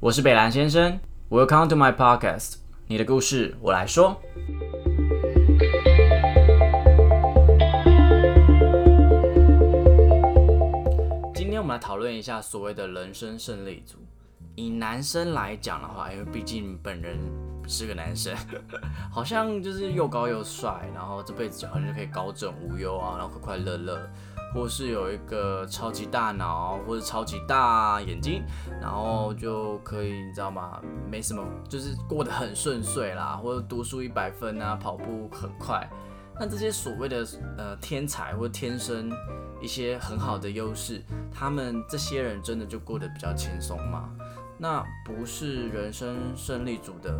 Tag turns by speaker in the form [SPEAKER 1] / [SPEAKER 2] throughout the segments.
[SPEAKER 1] 我是北兰先生，Welcome to my podcast，你的故事我来说。今天我们来讨论一下所谓的人生胜利组。以男生来讲的话，因为毕竟本人是个男生， 好像就是又高又帅，然后这辈子好像就可以高枕无忧啊，然后快快乐乐，或是有一个超级大脑或者超级大眼睛，然后就可以你知道吗？没什么，就是过得很顺遂啦， 或者读书一百分啊，跑步很快。那这些所谓的呃天才或天生一些很好的优势，他们这些人真的就过得比较轻松吗？那不是人生胜利组的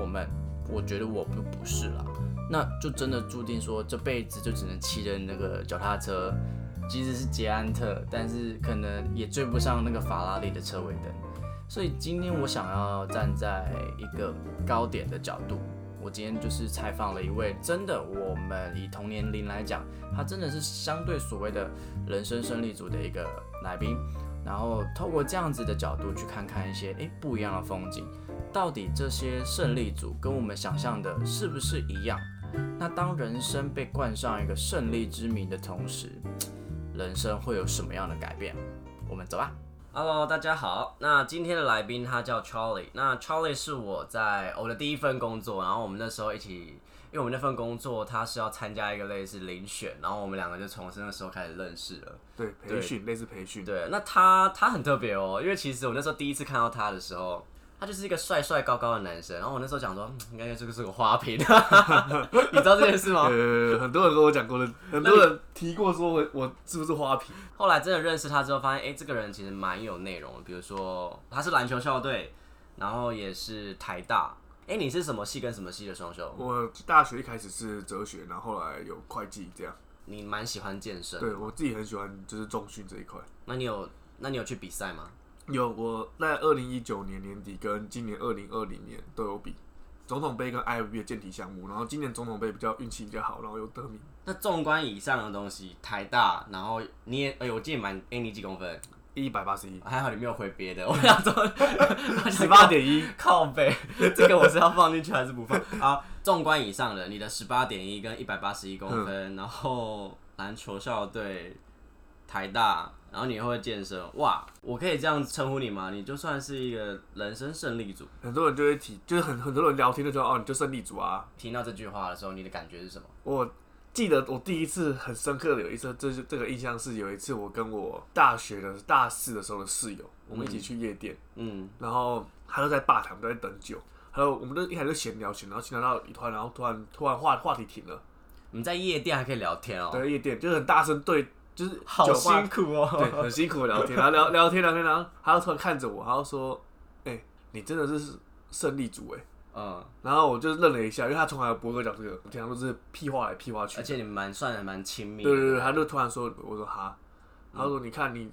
[SPEAKER 1] 我们，我觉得我不不是啦，那就真的注定说这辈子就只能骑着那个脚踏车，即使是捷安特，但是可能也追不上那个法拉利的车尾灯。所以今天我想要站在一个高点的角度，我今天就是采访了一位真的，我们以同年龄来讲，他真的是相对所谓的人生胜利组的一个来宾。然后透过这样子的角度去看看一些诶不一样的风景，到底这些胜利组跟我们想象的是不是一样？那当人生被冠上一个胜利之名的同时，人生会有什么样的改变？我们走吧。
[SPEAKER 2] Hello，大家好。那今天的来宾他叫 Charlie。那 Charlie 是我在我的第一份工作，然后我们那时候一起，因为我们那份工作他是要参加一个类似遴选，然后我们两个就从那时候开始认识了。
[SPEAKER 3] 对，培训类似培训，
[SPEAKER 2] 对，那他他很特别哦，因为其实我那时候第一次看到他的时候，他就是一个帅帅高高的男生，然后我那时候讲说，嗯应该就是个花瓶， 你知道这件事吗？
[SPEAKER 3] 呃，很多人跟我讲过的，很多人提过说我我是不是花瓶？
[SPEAKER 2] 后来真的认识他之后，发现哎、诶这个人其实蛮有内容的。比如说，他是篮球校队，然后也是台大。哎、你是什么系跟什么系的双修？
[SPEAKER 3] 我大学一开始是哲学，然后后来有会计这样。
[SPEAKER 2] 你蛮喜欢健身，
[SPEAKER 3] 对我自己很喜欢就是中训这一块。
[SPEAKER 2] 那你有那你有去比赛吗？
[SPEAKER 3] 有我在二零一九年年底跟今年二零二零年都有比总统杯跟 IFB 的健体项目，然后今年总统杯比较运气比较好，然后有得名。
[SPEAKER 2] 那纵观以上的东西，台大，然后你也，哎、我记得蛮，哎、你几公分？
[SPEAKER 3] 一百八十一，
[SPEAKER 2] 还好你没有回别的，我想说 我
[SPEAKER 3] 十
[SPEAKER 2] 想
[SPEAKER 3] 八点一，
[SPEAKER 2] 靠背，这个我是要放进去还是不放？ 啊，纵观以上的，你的十八点一跟一百八十一公分，然后篮球校队、台大，然后你又会健身，哇，我可以这样称呼你吗？你就算是一个人生胜利组。
[SPEAKER 3] 很多人就会提，就是很很多人聊天的时候，哦，你就胜利组啊，
[SPEAKER 2] 听到这句话的时候，你的感觉是什么？
[SPEAKER 3] 我记得我第一次很深刻的有一次，这是这个印象是有一次我跟我大学的大四的时候的室友，我们一起去夜店，
[SPEAKER 2] 嗯，
[SPEAKER 3] 然后他就在吧台，我们都在等酒，还有我们就一开始就闲聊闲聊，闲聊到一团，然后突然突然话话题停了，
[SPEAKER 2] 你在夜店还可以聊天哦，
[SPEAKER 3] 在夜店就是很大声对，就是
[SPEAKER 2] 好
[SPEAKER 3] 酒吧
[SPEAKER 2] 辛苦哦。
[SPEAKER 3] 对，很辛苦的聊天，然后聊聊天聊天，然后他就突然看着我，然后说：“哎、你真的是胜利组哎。”
[SPEAKER 2] 嗯，
[SPEAKER 3] 然后我就愣了一下，因为他从来不会讲这个，我平常都是屁话来屁话去
[SPEAKER 2] 而。且你们蛮算的蛮亲密的。
[SPEAKER 3] 对对对，他就突然说，我说哈，他说你看你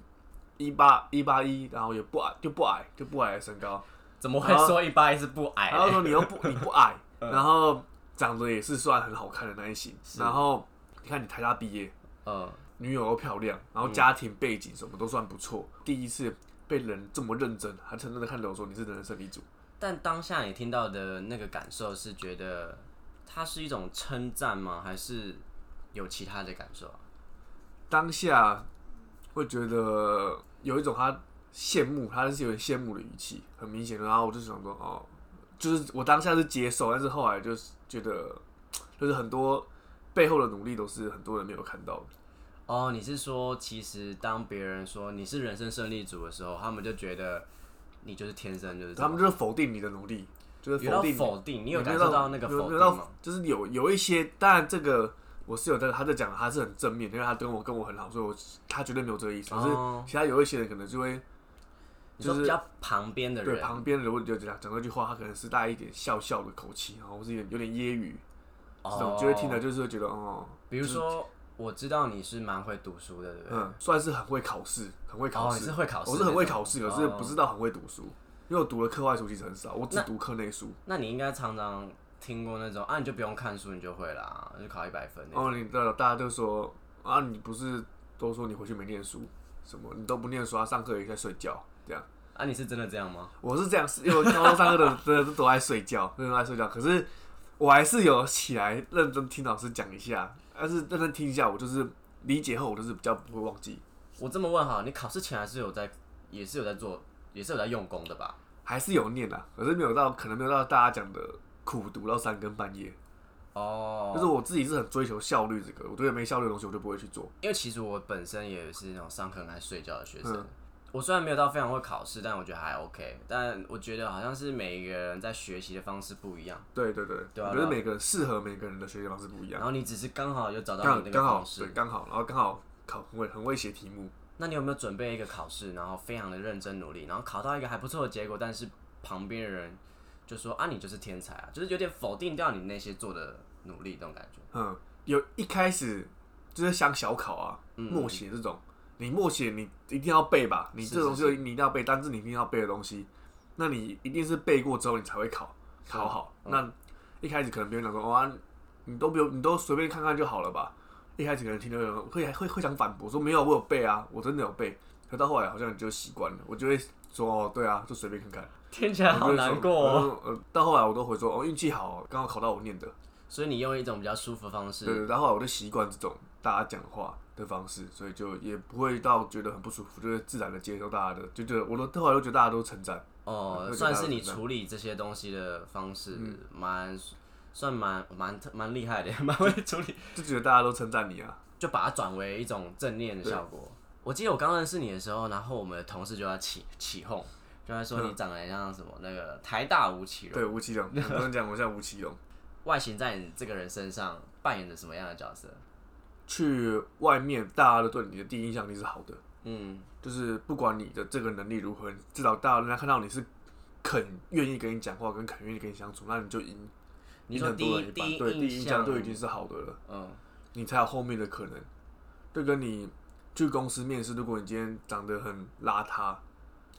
[SPEAKER 3] 一八一八一，然后也不矮，就不矮，就不矮的身高，
[SPEAKER 2] 怎么会说一八一是不矮
[SPEAKER 3] 然后
[SPEAKER 2] 嘞？
[SPEAKER 3] 说你又不你不矮，然后长得也是算很好看的那一型，然后你看你台大毕业，
[SPEAKER 2] 嗯，
[SPEAKER 3] 女友又漂亮，然后家庭背景什么都算不错，第一次被人这么认真，还认真的看着我说你是人生胜利组，
[SPEAKER 2] 但当下你听到的那个感受是觉得它是一种称赞吗？还是有其他的感受啊？
[SPEAKER 3] 当下会觉得有一种他羡慕，他是有点羡慕的语气，很明显的。然后我就想说，哦，就是我当下是接受，但是后来就是觉得，就是很多背后的努力都是很多人没有看到的。
[SPEAKER 2] 哦，你是说，其实当别人说你是人生胜利组的时候，他们就觉得你就是天生就是这
[SPEAKER 3] 他
[SPEAKER 2] 样
[SPEAKER 3] 们就是否定你的努力，就是
[SPEAKER 2] 啊有到
[SPEAKER 3] 否定你
[SPEAKER 2] 否定，你有
[SPEAKER 3] 没
[SPEAKER 2] 感受到那个
[SPEAKER 3] 有
[SPEAKER 2] 否
[SPEAKER 3] 没
[SPEAKER 2] 定
[SPEAKER 3] 有
[SPEAKER 2] 吗
[SPEAKER 3] 到？，就是有有一些，当然这个我室友在他在讲，他是很正面，因为他跟我跟我很好，所以我他绝对没有这个意思。可
[SPEAKER 2] 哦
[SPEAKER 3] 是其他有一些人可能就会
[SPEAKER 2] 你说
[SPEAKER 3] 就是
[SPEAKER 2] 比较旁边的
[SPEAKER 3] 对
[SPEAKER 2] 人，
[SPEAKER 3] 旁边的人，我就讲讲那句话，他可能是带一点笑笑的口气，然后是有点有点揶揄，这种
[SPEAKER 2] 哦，
[SPEAKER 3] 就会听了就是会觉得哦，
[SPEAKER 2] 比如说，我知道你是蛮会读书的，对不对？
[SPEAKER 3] 嗯，算是很会考试，很会考
[SPEAKER 2] 哦，
[SPEAKER 3] 试，
[SPEAKER 2] 你是会考试，
[SPEAKER 3] 我是很会考试，
[SPEAKER 2] 那
[SPEAKER 3] 可
[SPEAKER 2] 种
[SPEAKER 3] 是
[SPEAKER 2] 哦
[SPEAKER 3] 不知道很会读书，因为我读的课外书其实很少，我只读课内书。
[SPEAKER 2] 那你应该常常听过那种啊，你就不用看书，你就会啦，就考一百分那种。
[SPEAKER 3] 哦，你知道大家就说啊，你不是都说你回去没念书，什么你都不念书，啊，上课也在睡觉，这样
[SPEAKER 2] 啊，你是真的这样吗？
[SPEAKER 3] 我是这样，是因为我高中上课的真的是都爱睡觉，真的都爱睡觉。可是我还是有起来认真听老师讲一下，但是认真听一下，我就是理解后，我就是比较不会忘记，
[SPEAKER 2] 我这么问哈，你考试前还是有在，也是有在做，也是有在用功的吧？
[SPEAKER 3] 还是有念啦，可是没有到，可能没有到大家讲的苦读到三更半夜。
[SPEAKER 2] 哦
[SPEAKER 3] 就是我自己是很追求效率这个，我觉得没效率的东西我就不会去做。
[SPEAKER 2] 因为其实我本身也是那种上课很爱睡觉的学生。
[SPEAKER 3] 嗯
[SPEAKER 2] 我虽然没有到非常会考试，但我觉得还 OK。但我觉得好像是每一个人在学习的方式不一样，
[SPEAKER 3] 对对对，
[SPEAKER 2] 对啊
[SPEAKER 3] 我觉得每个人适合每个人的学习方式不一样
[SPEAKER 2] 然，后你只是刚好有找到
[SPEAKER 3] 刚
[SPEAKER 2] 你那个
[SPEAKER 3] 刚好
[SPEAKER 2] 方式
[SPEAKER 3] 对。刚好，然后刚好考很会很会写题目，
[SPEAKER 2] 那你有没有准备一个考试，然后非常的认真努力，然后考到一个还不错的结果，但是旁边的人就说啊你就是天才啊，就是有点否定掉你那些做的努力那种 感觉。
[SPEAKER 3] 嗯，有一开始就是像小考啊、
[SPEAKER 2] 嗯
[SPEAKER 3] 默写这种，你默写你一定要背吧，你
[SPEAKER 2] 是
[SPEAKER 3] 这种东西你一定要背，单字你一定要背的东西，那你一定是背过之后你才会考考好。
[SPEAKER 2] 嗯
[SPEAKER 3] 那一开始可能别人讲说哇，你都不用，你都随便看看就好了吧。一开始可能听到有人会会会想反驳说没有，我有背啊，我真的有背。可到后来好像你就习惯了，我就会说哦，对啊，就随便 看看。
[SPEAKER 2] 听起来好难过哦。
[SPEAKER 3] 我就会说。呃，到后来我都会说哦，运气好，刚好考到我念的。
[SPEAKER 2] 所以你用一种比较舒服的方式，
[SPEAKER 3] 对，然后我就习惯这种大家讲话的方式，所以就也不会到觉得很不舒服，就是自然的接受大家的，就觉得我都后来都觉得大家都称赞，
[SPEAKER 2] 哦，
[SPEAKER 3] 嗯
[SPEAKER 2] 算是你处理这些东西的方式，蛮、算蛮蛮蛮厉害的， 蛮会处理，
[SPEAKER 3] 就觉得大家都称赞你啊，
[SPEAKER 2] 就把它转为一种正念的效果。我记得我刚认识你的时候，然后我们的同事就要起起哄，就在说你
[SPEAKER 3] 嗯
[SPEAKER 2] 长得很像什么那个台大吴奇隆，
[SPEAKER 3] 对，吴奇 隆，我跟你讲，我像吴奇隆，
[SPEAKER 2] 外形在你这个人身上扮演着什么样的角色？
[SPEAKER 3] 去外面大家都对你的第一印象力是好的，
[SPEAKER 2] 嗯，
[SPEAKER 3] 就是不管你的这个能力如何，至少大家人家看到你是肯愿意跟你讲话，跟肯愿意跟你相处，那你就赢，
[SPEAKER 2] 你
[SPEAKER 3] 赢
[SPEAKER 2] 说
[SPEAKER 3] 很
[SPEAKER 2] 第
[SPEAKER 3] 多
[SPEAKER 2] 一
[SPEAKER 3] 人一半，
[SPEAKER 2] 第一
[SPEAKER 3] 对，第一印
[SPEAKER 2] 象
[SPEAKER 3] 象就已经是好的了。
[SPEAKER 2] 嗯，
[SPEAKER 3] 你才有后面的可能。就跟你去公司面试，如果你今天长得很邋遢，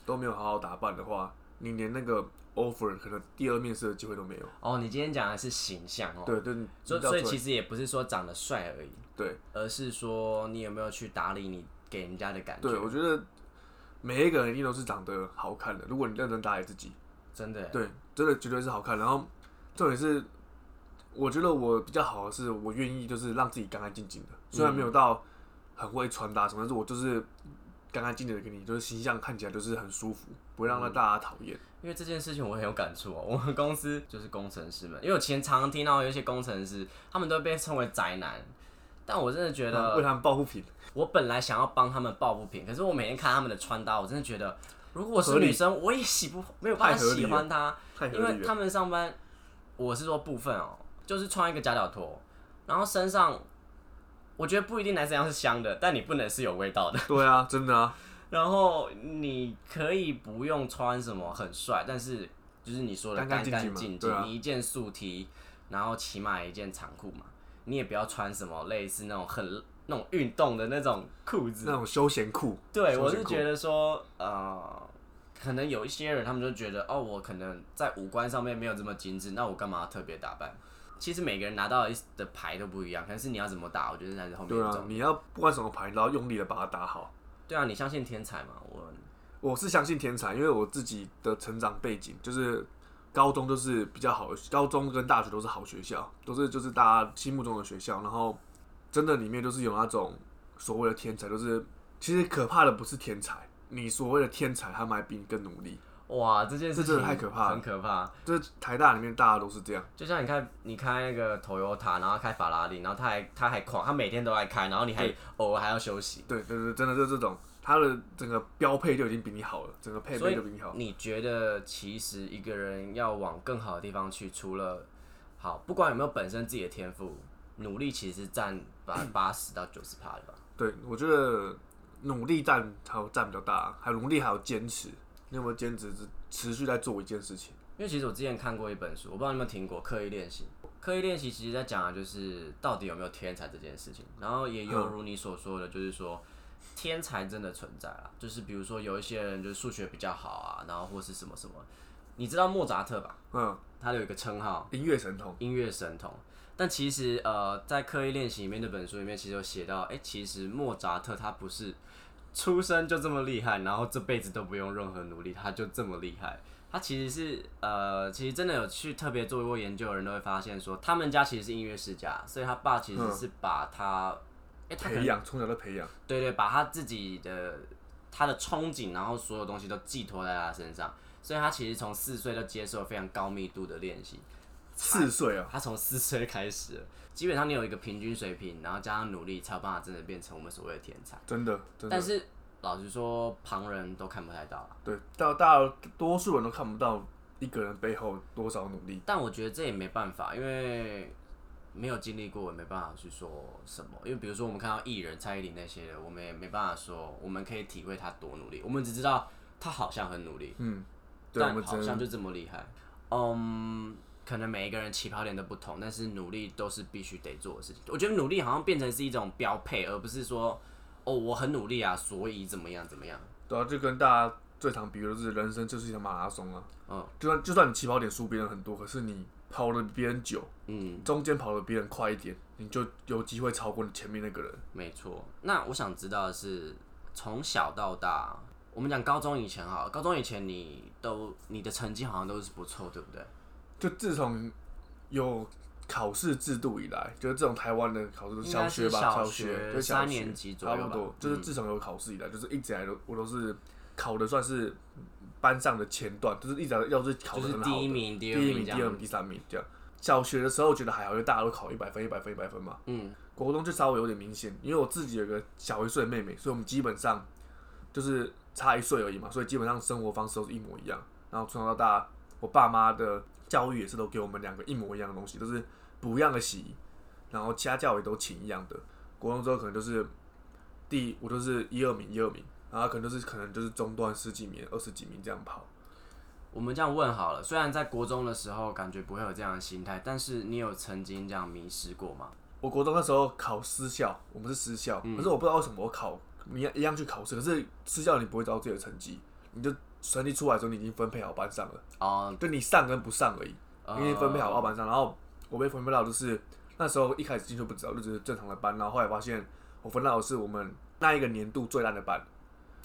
[SPEAKER 3] 都没有好好打扮的话，你连那个 offer 可能第二面试的机会都没有。
[SPEAKER 2] 哦，你今天讲的是形象哦，
[SPEAKER 3] 对，对，你
[SPEAKER 2] 所以
[SPEAKER 3] 你到
[SPEAKER 2] 所以
[SPEAKER 3] 最
[SPEAKER 2] 其实也不是说长得帅而已，
[SPEAKER 3] 对
[SPEAKER 2] 而是说你有没有去打理你给人家的感觉。
[SPEAKER 3] 对，我觉得每一个人一定都是长得好看的。如果你认真打理自己，
[SPEAKER 2] 真的耶，
[SPEAKER 3] 对，真的绝对是好看。然后重点是，我觉得我比较好的是，我愿意就是让自己干干净净的，虽然
[SPEAKER 2] 嗯
[SPEAKER 3] 没有到很会穿搭什么，但是我就是干干净净的给你，就是形象看起来就是很舒服，不会让
[SPEAKER 2] 嗯
[SPEAKER 3] 大家讨厌。
[SPEAKER 2] 因为这件事情我很有感触哦。 我们公司就是工程师们，因为我前常常听到有一些工程师，他们都被称为宅男，但我真的觉
[SPEAKER 3] 啊
[SPEAKER 2] 得，
[SPEAKER 3] 为他们抱不平，
[SPEAKER 2] 我本来想要帮他们抱不平，可是我每天看他们的穿搭，我真的觉得，如果我是
[SPEAKER 3] 合理
[SPEAKER 2] 女生，我也喜不没有办法
[SPEAKER 3] 太合理
[SPEAKER 2] 喜
[SPEAKER 3] 了
[SPEAKER 2] 欢她。
[SPEAKER 3] 太
[SPEAKER 2] 因
[SPEAKER 3] 合
[SPEAKER 2] 为
[SPEAKER 3] 理了。
[SPEAKER 2] 他们上班，我是说部分哦、就是穿一个夹脚拖，然后身上，我觉得不一定男生要是香的，但你不能是有味道的。
[SPEAKER 3] 对啊，真的啊，
[SPEAKER 2] 然后你可以不用穿什么很帅，但是就是你说的
[SPEAKER 3] 干干
[SPEAKER 2] 干
[SPEAKER 3] 净净
[SPEAKER 2] 干
[SPEAKER 3] 嘛
[SPEAKER 2] 净
[SPEAKER 3] 对啊
[SPEAKER 2] 净，你一件素 T，然后起码一件长裤嘛，你也不要穿什么类似那种很那种运动的那种裤子。
[SPEAKER 3] 那种休闲裤，
[SPEAKER 2] 对，
[SPEAKER 3] 休
[SPEAKER 2] 我
[SPEAKER 3] 闲
[SPEAKER 2] 是
[SPEAKER 3] 裤
[SPEAKER 2] 觉得说，呃，可能有一些人他们就觉得，哦，我可能在五官上面没有这么精致，那我干嘛特别打扮？其实每个人拿到的的牌都不一样，但是你要怎么打，我觉得那是后面
[SPEAKER 3] 对
[SPEAKER 2] 的
[SPEAKER 3] 啊，
[SPEAKER 2] 重。
[SPEAKER 3] 你要不管什么牌，你都要用力的把它打好。
[SPEAKER 2] 对啊，你相信天才吗？我
[SPEAKER 3] 我是相信天才，因为我自己的成长背景就是高中就是比较好的，高中跟大学都是好学校，都是就是大家心目中的学校。然后真的里面就是有那种所谓的天才，就是其实可怕的不是天才，你所谓的天才，他们还比你更努力。
[SPEAKER 2] 哇，这件事
[SPEAKER 3] 这
[SPEAKER 2] 情
[SPEAKER 3] 真的太可怕了
[SPEAKER 2] 很可怕。
[SPEAKER 3] 就是台大里面大家都是这样，
[SPEAKER 2] 就像你开你开那个 Toyota，然后开法拉利，然后他还他还狂，他每天都在开，然后你还偶尔还要休息。
[SPEAKER 3] 对对对，真的就是这种，他的整个标配就已经比你好了，整个配
[SPEAKER 2] 所
[SPEAKER 3] 备
[SPEAKER 2] 以
[SPEAKER 3] 就比你好。
[SPEAKER 2] 你觉得其实一个人要往更好的地方去，除了好，不管有没有本身自己的天赋，努力其实是占八八十到九十趴的吧。
[SPEAKER 3] 对，我觉得努力占还有占比较大，还有努力还有坚持，你有没有坚持持续在做一件事情？
[SPEAKER 2] 因为其实我之前看过一本书，我不知道你有没有听过《刻意练习》。刻意练习其实在讲的就是到底有没有天才这件事情，然后也有如你所说的，就是说天才真的存在啦。就是比如说有一些人就是数学比较好啊，然后或是什么什么，你知道莫扎特吧？
[SPEAKER 3] 嗯，
[SPEAKER 2] 他有一个称号。
[SPEAKER 3] 音乐神童，
[SPEAKER 2] 音乐神童。但其实呃，在刻意练习里面那本书里面，其实有写到，哎、其实莫扎特他不是出生就这么厉害，然后这辈子都不用任何努力，他就这么厉害。他其实是呃，其实真的有去特别做过研究的人都会发现说，他们家其实是音乐世家，所以他爸其实是把他，哎、他可能
[SPEAKER 3] 培养，从小都培养，
[SPEAKER 2] 对对，把他自己的他的憧憬，然后所有东西都寄托在他身上，所以他其实从四岁就接受非常高密度的练习。
[SPEAKER 3] 四岁啊，
[SPEAKER 2] 他从四岁开始了，基本上你有一个平均水平，然后加上努力，才有办法真的变成我们所谓的天才。
[SPEAKER 3] 真的，真的
[SPEAKER 2] 但，是老实说，旁人都看不太到啊。
[SPEAKER 3] 对，到大多数人都看不到一个人背后多少努力，
[SPEAKER 2] 但我觉得这也没办法，因为没有经历过，也没办法去说什么。因为比如说我们看到艺人蔡依林那些的，我们也没办法说，我们可以体会她多努力，我们只知道她好像很努力，
[SPEAKER 3] 嗯，对，我
[SPEAKER 2] 但
[SPEAKER 3] 们
[SPEAKER 2] 好
[SPEAKER 3] 真
[SPEAKER 2] 像
[SPEAKER 3] 的
[SPEAKER 2] 就这么厉害。嗯，可能每一个人起跑点都不同，但是努力都是必须得做的事情。我觉得努力好像变成是一种标配，而不是说哦我很努力啊，所以怎么样怎么样。
[SPEAKER 3] 对啊，就跟大家最常比喻的就是人生就是一场马拉松啊，
[SPEAKER 2] 嗯
[SPEAKER 3] 就算就算你起跑点输别人很多，可是你跑的比别人久，
[SPEAKER 2] 嗯，
[SPEAKER 3] 中间跑的比别人快一点，你就有机会超过你前面那个人。
[SPEAKER 2] 没错。那我想知道的是，从小到大，我们讲高中以前好了，高中以前你都你的成绩好像都是不错，对不对？
[SPEAKER 3] 就自从有考试制度以来，就是这种台湾的考试，
[SPEAKER 2] 应
[SPEAKER 3] 小
[SPEAKER 2] 该
[SPEAKER 3] 学
[SPEAKER 2] 是
[SPEAKER 3] 吧，
[SPEAKER 2] 小
[SPEAKER 3] 小
[SPEAKER 2] 学
[SPEAKER 3] 就小
[SPEAKER 2] 三
[SPEAKER 3] 学
[SPEAKER 2] 年级左右
[SPEAKER 3] 差不
[SPEAKER 2] 吧嗯
[SPEAKER 3] 多。就是自从有考试以来，就是一直以来都我都是考的算是班上的前段，就是一直要是考
[SPEAKER 2] 就
[SPEAKER 3] 的
[SPEAKER 2] 是
[SPEAKER 3] 很好
[SPEAKER 2] 第一
[SPEAKER 3] 的，
[SPEAKER 2] 名、
[SPEAKER 3] 第
[SPEAKER 2] 第
[SPEAKER 3] 一
[SPEAKER 2] 二名这
[SPEAKER 3] 名、第二
[SPEAKER 2] 样
[SPEAKER 3] 名、。第三名这样。小学的时候觉得还好，因为大家都考一百分、一百分、一百分嘛。
[SPEAKER 2] 嗯，
[SPEAKER 3] 国中就稍微有点明显，因为我自己有个小一岁的妹妹，所以我们基本上就是差一岁而已嘛，所以基本上生活方式都是一模一样。然后从小到大，我爸妈的教育也是都给我们两个一模一样的东西，都是不一样的习，然后其他教育都请一样的。国中之后可能就是第我就是一二名一二名，然后可能就是可能就是中段十几名二十几名这样跑。
[SPEAKER 2] 我们这样问好了。虽然在国中的时候感觉不会有这样的心态，但是你有曾经这样迷失过吗？
[SPEAKER 3] 我国中那时候考私校，我们是私校，可是我不知道为什么我考一样一样去考试，可是私校你不会知道自己的成绩，你就成绩出来之后你已经分配好班上了，
[SPEAKER 2] 哦、
[SPEAKER 3] 就你上跟不上而已，
[SPEAKER 2] 呃
[SPEAKER 3] 你已经分配好啊班上。然后我被分配到就是那时候一开始进去不知道，就只是正常的班，然后后来发现我分到的是我们那一个年度最烂的班，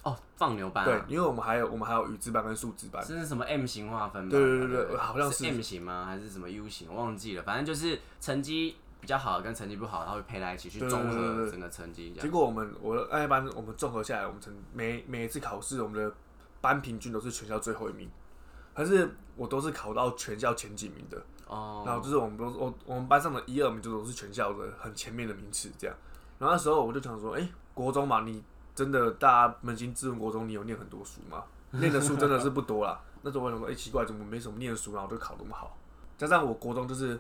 [SPEAKER 2] 哦，放牛班、
[SPEAKER 3] 对
[SPEAKER 2] 啊，，
[SPEAKER 3] 因为我们还有我们还有语资班跟数资班，
[SPEAKER 2] 这是什么 M 型划分吧？
[SPEAKER 3] 对对对对
[SPEAKER 2] 不
[SPEAKER 3] 好像
[SPEAKER 2] 是
[SPEAKER 3] 是
[SPEAKER 2] M 型吗？还是什么 U 型？忘记了，反正就是成绩比较好的跟成绩不好的，他会配在一起去
[SPEAKER 3] 对
[SPEAKER 2] 综
[SPEAKER 3] 对对
[SPEAKER 2] 合
[SPEAKER 3] 对
[SPEAKER 2] 整个成绩这
[SPEAKER 3] 结
[SPEAKER 2] 样。
[SPEAKER 3] 果我们我的那一班我们综合下来，我们成每每一次考试，我们的班平均都是全校最后一名，可是我都是考到全校前几名的。然
[SPEAKER 2] 哦，
[SPEAKER 3] 后就是我们都是我我们班上的一二名就都是全校的很前面的名次这样。然后那时候我就想说，哎、国中嘛，你真的大家扪心自问，国中你有念很多书吗？念的书真的是不多啦。那时候我想说，哎、奇怪，怎么没什么念书，然后就考那么好？加上我国中就是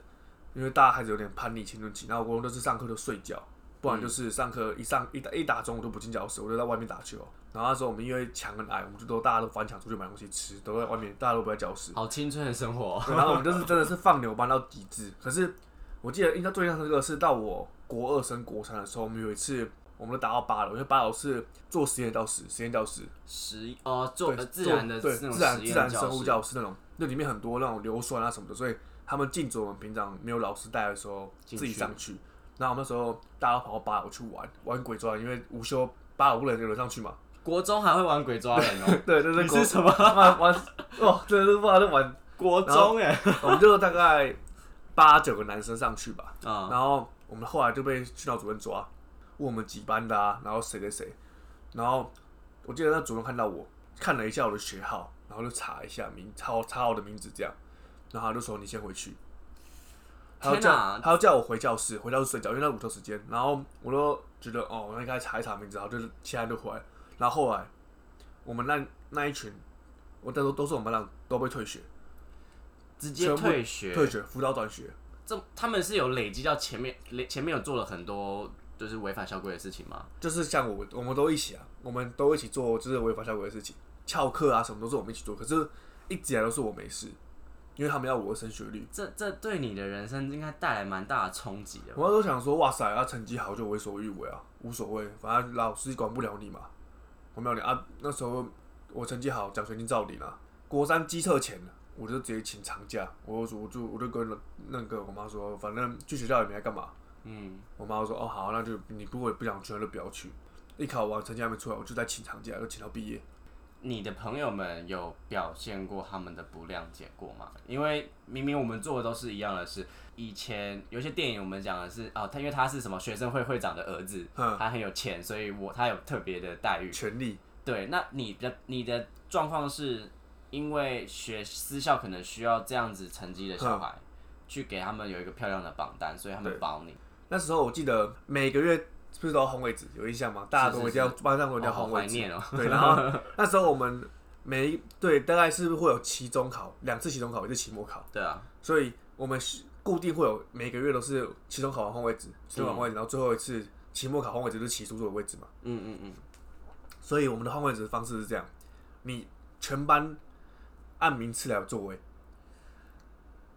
[SPEAKER 3] 因为大家还是有点叛逆青春期，然后我国中就是上课就睡觉，不然就是上课一上一打一打钟我就不进教室，我就在外面打球。然后那时候我们因为墙很矮，我们就都大家都翻墙出去买东西吃，都在外面，大家都不在教室。
[SPEAKER 2] 好青春的生活哦。
[SPEAKER 3] 对然后我们就是真的是放牛班到极致。可是我记得印象最深刻的是到我国二升国三的时候，我们有一次我们都打到八楼，因为八楼是做实验教室，实验教室
[SPEAKER 2] 实一哦，做
[SPEAKER 3] 对
[SPEAKER 2] 呃自
[SPEAKER 3] 做
[SPEAKER 2] 然的
[SPEAKER 3] 对
[SPEAKER 2] 那
[SPEAKER 3] 自
[SPEAKER 2] 种
[SPEAKER 3] 然
[SPEAKER 2] 实
[SPEAKER 3] 自
[SPEAKER 2] 验
[SPEAKER 3] 然生
[SPEAKER 2] 教
[SPEAKER 3] 物
[SPEAKER 2] 室，
[SPEAKER 3] 教室那种，那里面很多那种硫酸啊什么的，所以他们禁止我们平常没有老师带的时候
[SPEAKER 2] 进
[SPEAKER 3] 自己
[SPEAKER 2] 去
[SPEAKER 3] 上去。然后我们那时候大家跑到八楼去玩玩鬼抓人，因为午休八楼不能有人上去嘛。
[SPEAKER 2] 国中还会玩鬼抓人哦。
[SPEAKER 3] 对，就是
[SPEAKER 2] 你
[SPEAKER 3] 国
[SPEAKER 2] 是什么？
[SPEAKER 3] 玩玩哦，真的是不知道在玩。
[SPEAKER 2] 国中哎，
[SPEAKER 3] 我们就大概八九个男生上去吧，
[SPEAKER 2] 啊，
[SPEAKER 3] 然后我们后来就被训导主任抓，问我们几班的啊，然后谁谁谁，然后我记得那主任看到我，看了一下我的学号，然后就查一下名，查我查我的名字这样，然后他就说你先回去，他要
[SPEAKER 2] 天
[SPEAKER 3] 叫
[SPEAKER 2] 哪
[SPEAKER 3] 他要叫我回教室，回教室睡觉，因为那午休时间，然后我就觉得哦，那应该查一查名字，然后就是其他人就回来，然后后来我们那那一群，我那时候都是我们班长都被退学，
[SPEAKER 2] 直接
[SPEAKER 3] 全部
[SPEAKER 2] 退学。
[SPEAKER 3] 退学，辅导转学。
[SPEAKER 2] 这他们是有累积到前面，累前面有做了很多就是违反校规的事情吗？
[SPEAKER 3] 就是像我，我们都一起啊，我们都一起做就是违反校规的事情，翘课啊什么都是我们一起做。可是一直以来都是我没事，因为他们要我的升学率。
[SPEAKER 2] 这这对你的人生应该带来蛮大的冲击的吧。
[SPEAKER 3] 我那时候想说，哇塞，啊成绩好就为所欲为啊，无所谓，反正老师管不了你嘛，管不了你啊。那时候我成绩好，奖学金照领啊。国三机测前，我就直接请长假，我我就我就跟那个我妈说，反正去学校也没来干嘛，
[SPEAKER 2] 嗯，
[SPEAKER 3] 我妈说：“哦，好，那就你如果不想去，那就不要去。”一考完成绩还没出来，我就在请长假，就请到毕业。
[SPEAKER 2] 你的朋友们有表现过他们的不谅解过吗？因为明明我们做的都是一样的事。以前有些电影我们讲的是哦，他因为他是什么学生会会长的儿子，
[SPEAKER 3] 嗯
[SPEAKER 2] 他很有钱，所以我他有特别的待遇。
[SPEAKER 3] 权利
[SPEAKER 2] 对，那你的你的状况是因为学私校可能需要这样子成绩的小孩，去给他们有一个漂亮的榜单，所以他们保你。
[SPEAKER 3] 那时候我记得每个月是不是都要红位置？有印象吗？大家都一定要班上都
[SPEAKER 2] 我
[SPEAKER 3] 一定要
[SPEAKER 2] 好
[SPEAKER 3] 红位
[SPEAKER 2] 怀
[SPEAKER 3] 置。
[SPEAKER 2] 念哦。
[SPEAKER 3] 对，然后那时候我们每一对大概是会有期中考两次期中考，一次期末考，
[SPEAKER 2] 对啊，
[SPEAKER 3] 所以我们是固定会有每个月都是期中考完换位置，期中考换位置，然后最后一次期末考换位置就是期初做的位置嘛。
[SPEAKER 2] 嗯嗯嗯，
[SPEAKER 3] 所以我们的换位置的方式是这样：你全班按名次来座位，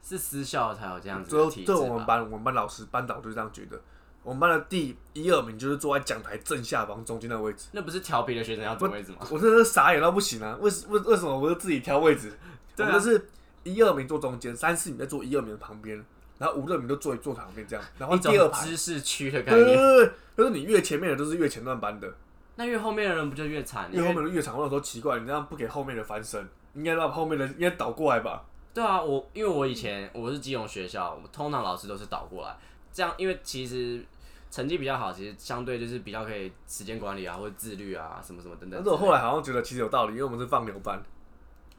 [SPEAKER 2] 是私校才有这样子
[SPEAKER 3] 最
[SPEAKER 2] 的
[SPEAKER 3] 后
[SPEAKER 2] 体
[SPEAKER 3] 最
[SPEAKER 2] 制
[SPEAKER 3] 后我们
[SPEAKER 2] 吧？
[SPEAKER 3] 班我们班老师班导就是这样觉得。我们班的第一二名就是坐在讲台正下方中间那个位置，
[SPEAKER 2] 那不是调皮的学生要坐位置吗？
[SPEAKER 3] 我真的是傻眼到不行啊！为什为为什么我就自己挑位置？
[SPEAKER 2] 对啊
[SPEAKER 3] 我们就是一二名坐中间，三四名在坐一二名的旁边，然后五六名都坐坐旁边这样，然后
[SPEAKER 2] 一种
[SPEAKER 3] 第二排，
[SPEAKER 2] 知识区的概
[SPEAKER 3] 对对啊
[SPEAKER 2] 念。
[SPEAKER 3] 对，对就是你越前面的都是越前段班的，
[SPEAKER 2] 那越后面的人不就越惨？
[SPEAKER 3] 越
[SPEAKER 2] 因
[SPEAKER 3] 后
[SPEAKER 2] 为
[SPEAKER 3] 面的越长。我想说奇怪，你这样不给后面的翻身，应该让后面的应该倒过来吧？
[SPEAKER 2] 对啊，我因为我以前我是基隆学校，我们通常老师都是倒过来，这样因为其实成绩比较好，其实相对就是比较可以时间管理啊，或者自律啊，什么什么等等之
[SPEAKER 3] 但
[SPEAKER 2] 类
[SPEAKER 3] 是我
[SPEAKER 2] 的。
[SPEAKER 3] 后来好像觉得其实有道理，因为我们是放牛班，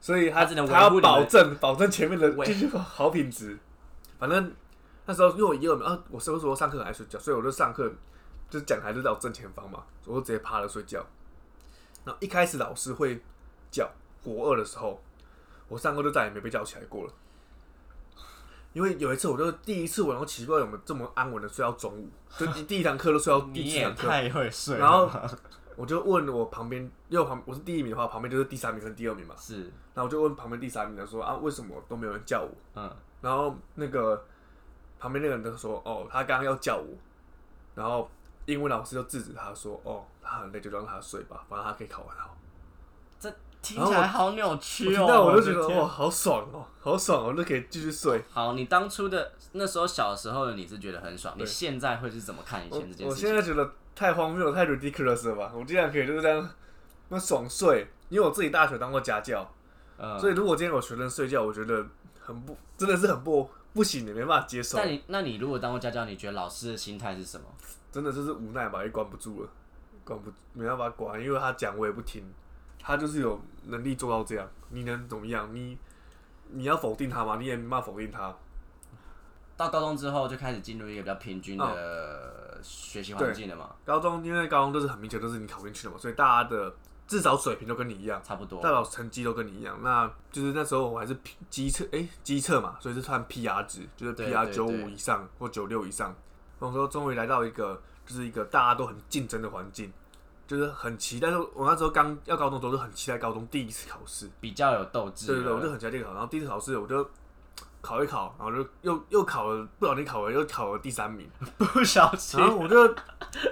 [SPEAKER 3] 所以
[SPEAKER 2] 他只
[SPEAKER 3] 只
[SPEAKER 2] 能
[SPEAKER 3] 能
[SPEAKER 2] 维
[SPEAKER 3] 他
[SPEAKER 2] 护
[SPEAKER 3] 要
[SPEAKER 2] 你们
[SPEAKER 3] 保证保证前面的
[SPEAKER 2] 喂
[SPEAKER 3] 就是好品质。反正那时候因为我一二名啊，我那时候上课很爱睡觉，所以我就上课就是讲台就在我正前方嘛，我就直接趴着睡觉。然后一开始老师会叫国二的时候，我上课就再也没被叫起来过了。因为有一次，我就第一次，我然后奇怪，我们这么安稳的睡到中午，就第第一堂课都睡到 第
[SPEAKER 2] 你
[SPEAKER 3] 四
[SPEAKER 2] 也
[SPEAKER 3] 堂课，
[SPEAKER 2] 太会睡了。
[SPEAKER 3] 然 后我就问我旁边，因为我旁我是第一名的话，旁边就是第三名跟第二名嘛。
[SPEAKER 2] 是，
[SPEAKER 3] 然后我就问旁边第三名的说啊，为什么都没有人叫我？
[SPEAKER 2] 嗯，
[SPEAKER 3] 然后那个旁边那个人就说哦，他刚刚要叫我，然后英文老师就制止他说哦，他很累就让他睡吧，反正他可以考完好。
[SPEAKER 2] 这听
[SPEAKER 3] 然后
[SPEAKER 2] 起
[SPEAKER 3] 我
[SPEAKER 2] 来好扭
[SPEAKER 3] 我
[SPEAKER 2] 曲
[SPEAKER 3] 听
[SPEAKER 2] 哦。
[SPEAKER 3] 到我就
[SPEAKER 2] 的
[SPEAKER 3] 觉得
[SPEAKER 2] 天
[SPEAKER 3] 哇，好爽哦，好爽哦，就可以继续睡。
[SPEAKER 2] 好，你当初的那时候小时候的你是觉得很爽，你
[SPEAKER 3] 对
[SPEAKER 2] 现在会是怎么看以
[SPEAKER 3] 我
[SPEAKER 2] 前这件
[SPEAKER 3] 我
[SPEAKER 2] 事
[SPEAKER 3] 现
[SPEAKER 2] 情？
[SPEAKER 3] 在觉得太荒谬、太 ridiculous 了吧？我竟然可以就是这样那么爽睡，因为我自己大学当过家教。
[SPEAKER 2] 嗯，
[SPEAKER 3] 所以如果今天有学生睡觉，我觉得很不，真的是很不不行的，没办法接受
[SPEAKER 2] 那，你那你如果当过家教，你觉得老师的心态是什么？
[SPEAKER 3] 真的就是无奈吧，也管不住了，管不没办法管，因为他讲我也不听，他就是有能力做到这样，你能怎么样？你你要否定他吗？你也没办法否定他，
[SPEAKER 2] 到高中之后就开始进入一个比较平均
[SPEAKER 3] 嗯
[SPEAKER 2] 的学习环境了嘛，
[SPEAKER 3] 高中因为高中就是很明显都是你考进去的嘛，所以大家的至少水平都跟你一样，
[SPEAKER 2] 差不多
[SPEAKER 3] 大。脑成绩都跟你一样。那就是那时候我还是 P- 机测，哎、机测嘛，所以是算 PR 值，就是
[SPEAKER 2] 对
[SPEAKER 3] PR
[SPEAKER 2] 对
[SPEAKER 3] 九
[SPEAKER 2] 对
[SPEAKER 3] 五以上或九六以上。我说终于来到一个就是一个大家都很竞争的环境，就是很期待。但是我那时候刚要高中的时候，就很期待高中第一次考试。
[SPEAKER 2] 比较有斗志。
[SPEAKER 3] 对对 对，我就很期待第一次考。然后第一次考试我就考一考，然后就又又考了，不小心考了又考了第三名。
[SPEAKER 2] 不小心
[SPEAKER 3] 然后我就，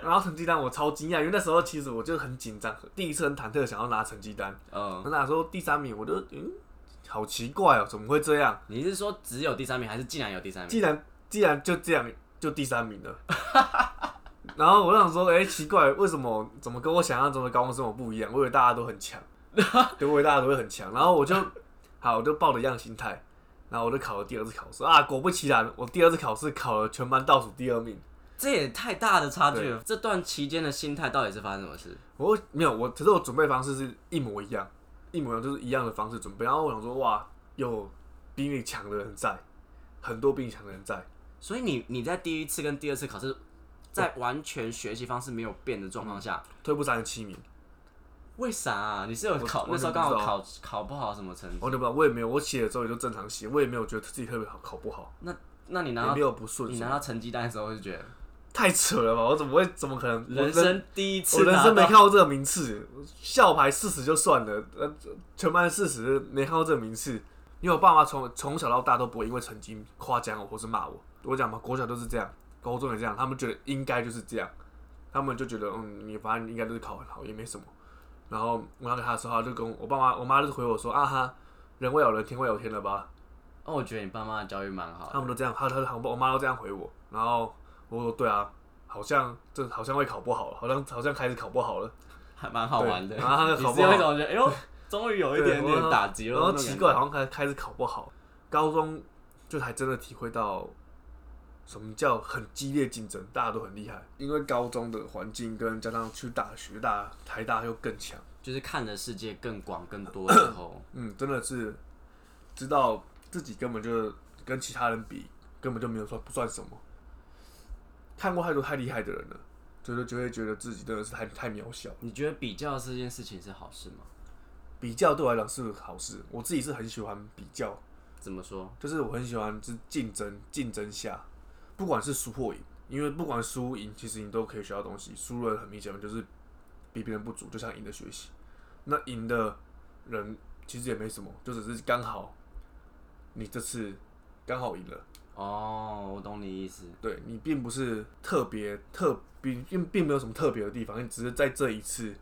[SPEAKER 3] 然后成绩单我超惊讶，因为那时候其实我就很紧张，第一次很忐忑想要拿成绩单。
[SPEAKER 2] 嗯，
[SPEAKER 3] 我那时候第三名，我就嗯，好奇怪哦，怎么会这样？
[SPEAKER 2] 你是说只有第三名，还是竟然有第三名？
[SPEAKER 3] 既然既然就这样，就第三名了。 然后我就想说，哎、奇怪，为什么怎么跟我想象中的高中生活不一样？我以为大家都很强， 对，我以为大家都会很强。然后我就好，我就抱着一样心态，然后我就考了第二次考试啊，果不其然，我第二次考试考了全班倒数第二名。
[SPEAKER 2] 这也太大的差距了。这段期间的心态到底是发生什么事？
[SPEAKER 3] 我没有，我可是我准备方式是一模一样，一模一样就是一样的方式准备。然后我想说，哇，有比你强的人在，很多比你强的人在。
[SPEAKER 2] 所以你你在第一次跟第二次考试，在完全学习方式没有变的状况下，
[SPEAKER 3] 退步三十七名，
[SPEAKER 2] 为啥啊？你是有考
[SPEAKER 3] 我
[SPEAKER 2] 那时候
[SPEAKER 3] 我
[SPEAKER 2] 刚好
[SPEAKER 3] 不知道
[SPEAKER 2] 考考不好什么成绩？
[SPEAKER 3] 哦我就不知道，我也没有，我写的时候也就正常写，我也没有觉得自己特别好，考不好，
[SPEAKER 2] 那那你拿
[SPEAKER 3] 也
[SPEAKER 2] 到
[SPEAKER 3] 没有不顺
[SPEAKER 2] 你
[SPEAKER 3] 什
[SPEAKER 2] 拿
[SPEAKER 3] 么，
[SPEAKER 2] 到成绩单的时候，就觉得
[SPEAKER 3] 太扯了吧！我怎么会，怎么可能？我
[SPEAKER 2] 人生第一次
[SPEAKER 3] 我人生没
[SPEAKER 2] 拿
[SPEAKER 3] 看
[SPEAKER 2] 到
[SPEAKER 3] 过这个名次，校牌四十就算了，呃，全班四十没看过这个名次，因为我爸妈从从小到大都不会因为成绩夸奖我或是骂我。我讲嘛，国小都是这样，高中也这样，他们觉得应该就是这样，他们就觉得嗯，你反正应该就是考很好，也没什么。然后我拿给他的时候，他就跟我我爸妈我妈就回我说啊哈，人会有人，天会有天的吧。
[SPEAKER 2] 哦，我觉得你爸妈的教育蛮好的
[SPEAKER 3] 他。们都这样，他他他我爸我妈都这样回我，然后我说对啊，好像这好像会考不好了，好像好像开始考不好了，
[SPEAKER 2] 还蛮好玩的。
[SPEAKER 3] 对啊
[SPEAKER 2] 你
[SPEAKER 3] 好
[SPEAKER 2] 是
[SPEAKER 3] 不
[SPEAKER 2] 有
[SPEAKER 3] 好
[SPEAKER 2] 一种觉得，哎呦，终于有一
[SPEAKER 3] 对
[SPEAKER 2] 点点
[SPEAKER 3] 我
[SPEAKER 2] 打击了，
[SPEAKER 3] 然后
[SPEAKER 2] 那种
[SPEAKER 3] 奇
[SPEAKER 2] 感
[SPEAKER 3] 怪，
[SPEAKER 2] 觉
[SPEAKER 3] 好像开开始考不好。高中就还真的体会到什么叫很激烈竞争，大家都很厉害，因为高中的环境跟加上去大学大台大又更强，
[SPEAKER 2] 就是看的世界更广更多之后，
[SPEAKER 3] 嗯，真的是知道自己根本就跟其他人比，根本就没有说不算什么。看过太多太厉害的人了，就是就会觉得自己真的是太太渺小。
[SPEAKER 2] 你觉得比较这件事情是好事吗？
[SPEAKER 3] 比较对我来讲是好事，我自己是很喜欢比较
[SPEAKER 2] 怎么说？
[SPEAKER 3] 就是我很喜欢是竞争，竞争下，不管是输或赢，因为不管输赢，其实你都可以学到东西。输了很明显嘛就是比别人不足，就像赢的学习。那赢的人其实也没什么，就只是刚好你这次刚好赢了，
[SPEAKER 2] 哦，我懂你意思。
[SPEAKER 3] 对你并不是特别特并并并没有什么特别的地方，你只是在这一次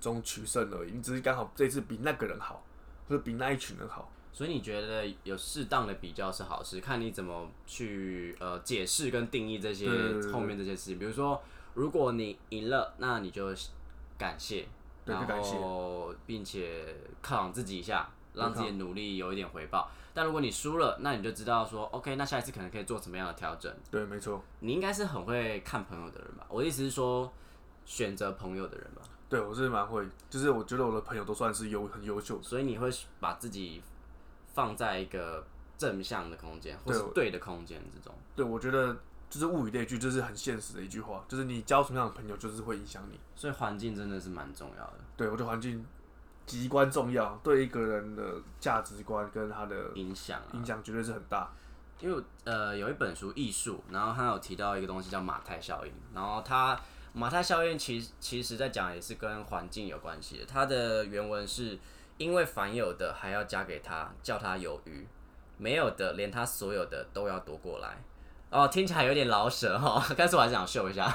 [SPEAKER 3] 中取胜而已，你只是刚好这次比那个人好，或者比那一群人好。
[SPEAKER 2] 所以你觉得有适当的比较是好事，看你怎么去呃解释跟定义这些
[SPEAKER 3] 对对对对
[SPEAKER 2] 后面这些事情。比如说，如果你赢了，那你就感谢，
[SPEAKER 3] 对就
[SPEAKER 2] 然
[SPEAKER 3] 感谢
[SPEAKER 2] 后并且犒赏自己一下，让自己的努力有一点回报。但如果你输了，那你就知道说，OK，那下一次可能可以做什么样的调整。
[SPEAKER 3] 对，没错。
[SPEAKER 2] 你应该是很会看朋友的人吧？我的意思是说，选择朋友的人吧。
[SPEAKER 3] 对，我是蛮会，就是我觉得我的朋友都算是优很优秀的，
[SPEAKER 2] 所以你会把自己放在一个正向的空间，或
[SPEAKER 3] 对
[SPEAKER 2] 是对的空间之中。
[SPEAKER 3] 对我觉得就是物以类聚，就是很现实的一句话，就是你交什么样的朋友，就是会影响你。
[SPEAKER 2] 所以环境真的是蛮重要的，
[SPEAKER 3] 对，我觉得环境极关重要，对一个人的价值观跟他的
[SPEAKER 2] 影响啊。
[SPEAKER 3] 影响绝对是很大。
[SPEAKER 2] 因为我呃有一本书《艺术》，然后它有提到一个东西叫马太效应，然后它马太效应其其实在讲也是跟环境有关系的。它的原文是因为凡有的还要加给他，叫他有余；没有的连他所有的都要夺过来。哦，听起来有点老舍哈， 但是我还是想秀一下，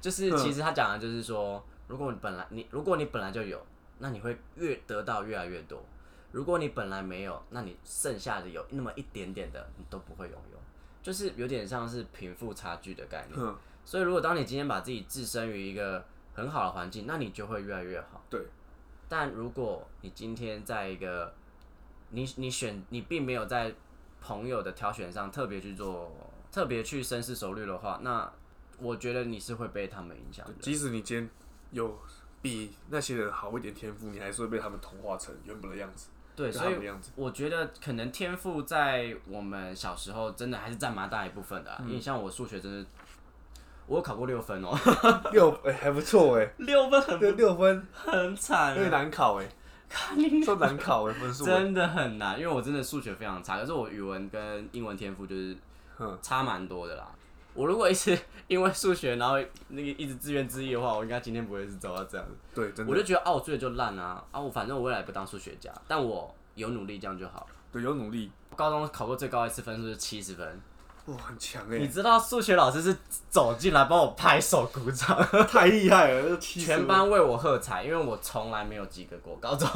[SPEAKER 2] 就是其实他讲的就是说，如果你本来你如果你本来就有，那你会越得到越来越多。如果你本来没有，那你剩下的有那么一点点的，你都不会拥有，就是有点像是贫富差距的概念。
[SPEAKER 3] 哼，
[SPEAKER 2] 所以，如果当你今天把自己置身于一个很好的环境，那你就会越来越好。
[SPEAKER 3] 对，
[SPEAKER 2] 但如果你今天在一个你你选你并没有在朋友的挑选上特别去做特别去深思熟虑的话，那我觉得你是会被他们影响的。
[SPEAKER 3] 即使你今天有比那些人好一点天赋，你还是会被他们同化成原本的样子，
[SPEAKER 2] 对，
[SPEAKER 3] 就
[SPEAKER 2] 所
[SPEAKER 3] 他
[SPEAKER 2] 以
[SPEAKER 3] 们的样子。
[SPEAKER 2] 我觉得可能天赋在我们小时候真的还是占蛮大一部分的、
[SPEAKER 3] 嗯
[SPEAKER 2] 啊，因为像我数学真的，我有考过六分 哦，
[SPEAKER 3] 六哎、还 不错哎、
[SPEAKER 2] 六分很
[SPEAKER 3] 六六分
[SPEAKER 2] 很惨啊
[SPEAKER 3] 有点难考 哎、算难考哎、分数哎、
[SPEAKER 2] 真的很难，因为我真的数学非常差，可是我语文跟英文天赋就是
[SPEAKER 3] 嗯
[SPEAKER 2] 差蛮多的啦。我如果一直因为数学，然后那个一直自怨自艾的话，我应该今天不会是走到这样子。
[SPEAKER 3] 对，真的
[SPEAKER 2] 我就觉得啊，我最就烂啊啊！我反正我未来不当数学家，但我有努力，这样就好了。
[SPEAKER 3] 对，有努力，
[SPEAKER 2] 高中考过最高一次分数是七十分，
[SPEAKER 3] 哇，很强哎、
[SPEAKER 2] 你知道数学老师是走进来帮我拍手鼓掌，
[SPEAKER 3] 太厉害了，这70
[SPEAKER 2] 全班为我喝彩，因为我从来没有及格过高中。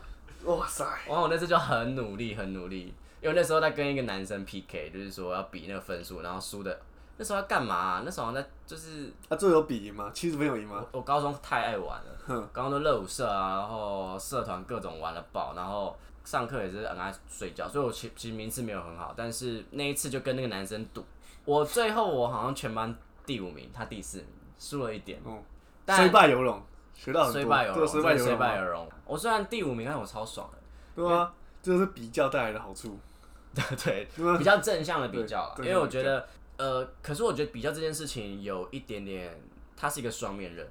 [SPEAKER 3] 哇塞，
[SPEAKER 2] 然后我那次就很努力，很努力，因为那时候在跟一个男生 PK，就是说要比那个分数，然后输的。那时候要干嘛啊、那时候好像在就是
[SPEAKER 3] 啊，这有比赢吗？七十分有赢吗
[SPEAKER 2] 我？我高中太爱玩了，高中的热舞社啊，然后社团各种玩了爆，然后上课也是很爱睡觉，所以我其其实名次没有很好，但是那一次就跟那个男生赌，我最后我好像全班第五名，他第四名，输了一点，
[SPEAKER 3] 哦，
[SPEAKER 2] 但
[SPEAKER 3] 虽败犹荣，学到很多，
[SPEAKER 2] 虽败犹
[SPEAKER 3] 对啊
[SPEAKER 2] 荣，
[SPEAKER 3] 虽
[SPEAKER 2] 真
[SPEAKER 3] 败
[SPEAKER 2] 的
[SPEAKER 3] 犹
[SPEAKER 2] 虽败
[SPEAKER 3] 荣，
[SPEAKER 2] 犹荣。我虽然第五名，但是我超爽的，
[SPEAKER 3] 对啊，这是比较带来的好处，
[SPEAKER 2] 对
[SPEAKER 3] 对吧，
[SPEAKER 2] 比较正向的比较啦，因
[SPEAKER 3] 对
[SPEAKER 2] 为我觉得，呃，可是我觉得比较这件事情有一点点，它是一个双面刃。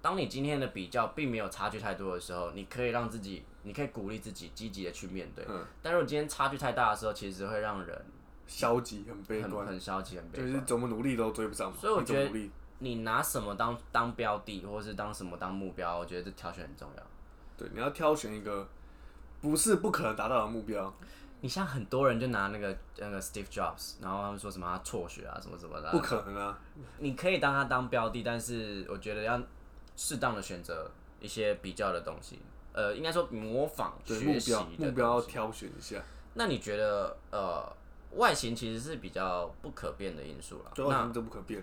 [SPEAKER 2] 当你今天的比较并没有差距太多的时候，你可以让自己，你可以鼓励自己积极的去面对。
[SPEAKER 3] 嗯
[SPEAKER 2] 但如果今天差距太大的时候，其实会让人
[SPEAKER 3] 消极很悲
[SPEAKER 2] 很
[SPEAKER 3] 观，
[SPEAKER 2] 很消极、很悲
[SPEAKER 3] 就
[SPEAKER 2] 观。
[SPEAKER 3] 是怎么努力都追不上嘛，
[SPEAKER 2] 所以我
[SPEAKER 3] 你怎么
[SPEAKER 2] 觉得
[SPEAKER 3] 努力，
[SPEAKER 2] 你拿什么当当标的，或是当什么当目标，我觉得这挑选很重要。
[SPEAKER 3] 对，你要挑选一个不是不可能达到的目标，
[SPEAKER 2] 你像很多人就拿那个那个 Steve Jobs，然后他们说什么他辍学啊什么什么的啊，
[SPEAKER 3] 不可能啊，
[SPEAKER 2] 你可以当它当标的，但是我觉得要适当的选择一些比较的东西，呃，应该说模仿
[SPEAKER 3] 对，
[SPEAKER 2] 学
[SPEAKER 3] 目
[SPEAKER 2] 习的
[SPEAKER 3] 标目
[SPEAKER 2] 东
[SPEAKER 3] 标要
[SPEAKER 2] 西
[SPEAKER 3] 挑选一下，
[SPEAKER 2] 那你觉得呃，外形其实是比较不可变的因素了。
[SPEAKER 3] 对，哦
[SPEAKER 2] 那
[SPEAKER 3] 那都不可变，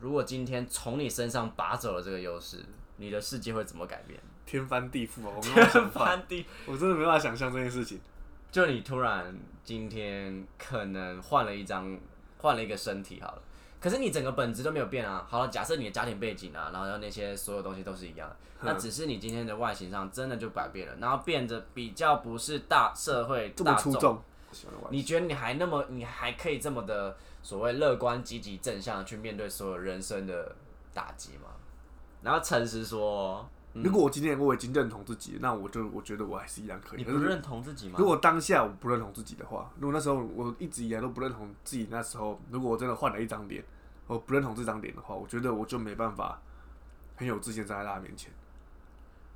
[SPEAKER 2] 如果今天从你身上拔走了这个优势，你的世界会怎么改变？
[SPEAKER 3] 天翻地覆啊！我没办法想法，
[SPEAKER 2] 翻地，
[SPEAKER 3] 我真的没办法想象这件事情。
[SPEAKER 2] 就你突然今天可能换了一张，换了一个身体好了，可是你整个本质都没有变啊。好了，假设你的家庭背景啊，然后那些所有东西都是一 样的，啊那只是你今天的外形上真的就改变了，然后变得比较不是大社会
[SPEAKER 3] 这么
[SPEAKER 2] 大
[SPEAKER 3] 出
[SPEAKER 2] 众。
[SPEAKER 3] 众，我喜欢玩
[SPEAKER 2] 你觉得你还那么，你还可以这么的所谓乐观、积极、正向地去面对所有人生的打击吗？然后诚实说，
[SPEAKER 3] 如果我今天我已经认同自己，那我就我觉得我还是一样可以。
[SPEAKER 2] 你
[SPEAKER 3] 可
[SPEAKER 2] 不
[SPEAKER 3] 是
[SPEAKER 2] 认同自己吗
[SPEAKER 3] 如？果当下我不认同自己的话，如果那时候我一直以来都不认同自己，那时候如果我真的换了一张脸，我不认同这张脸的话，我觉得我就没办法很有自信站在大家面前。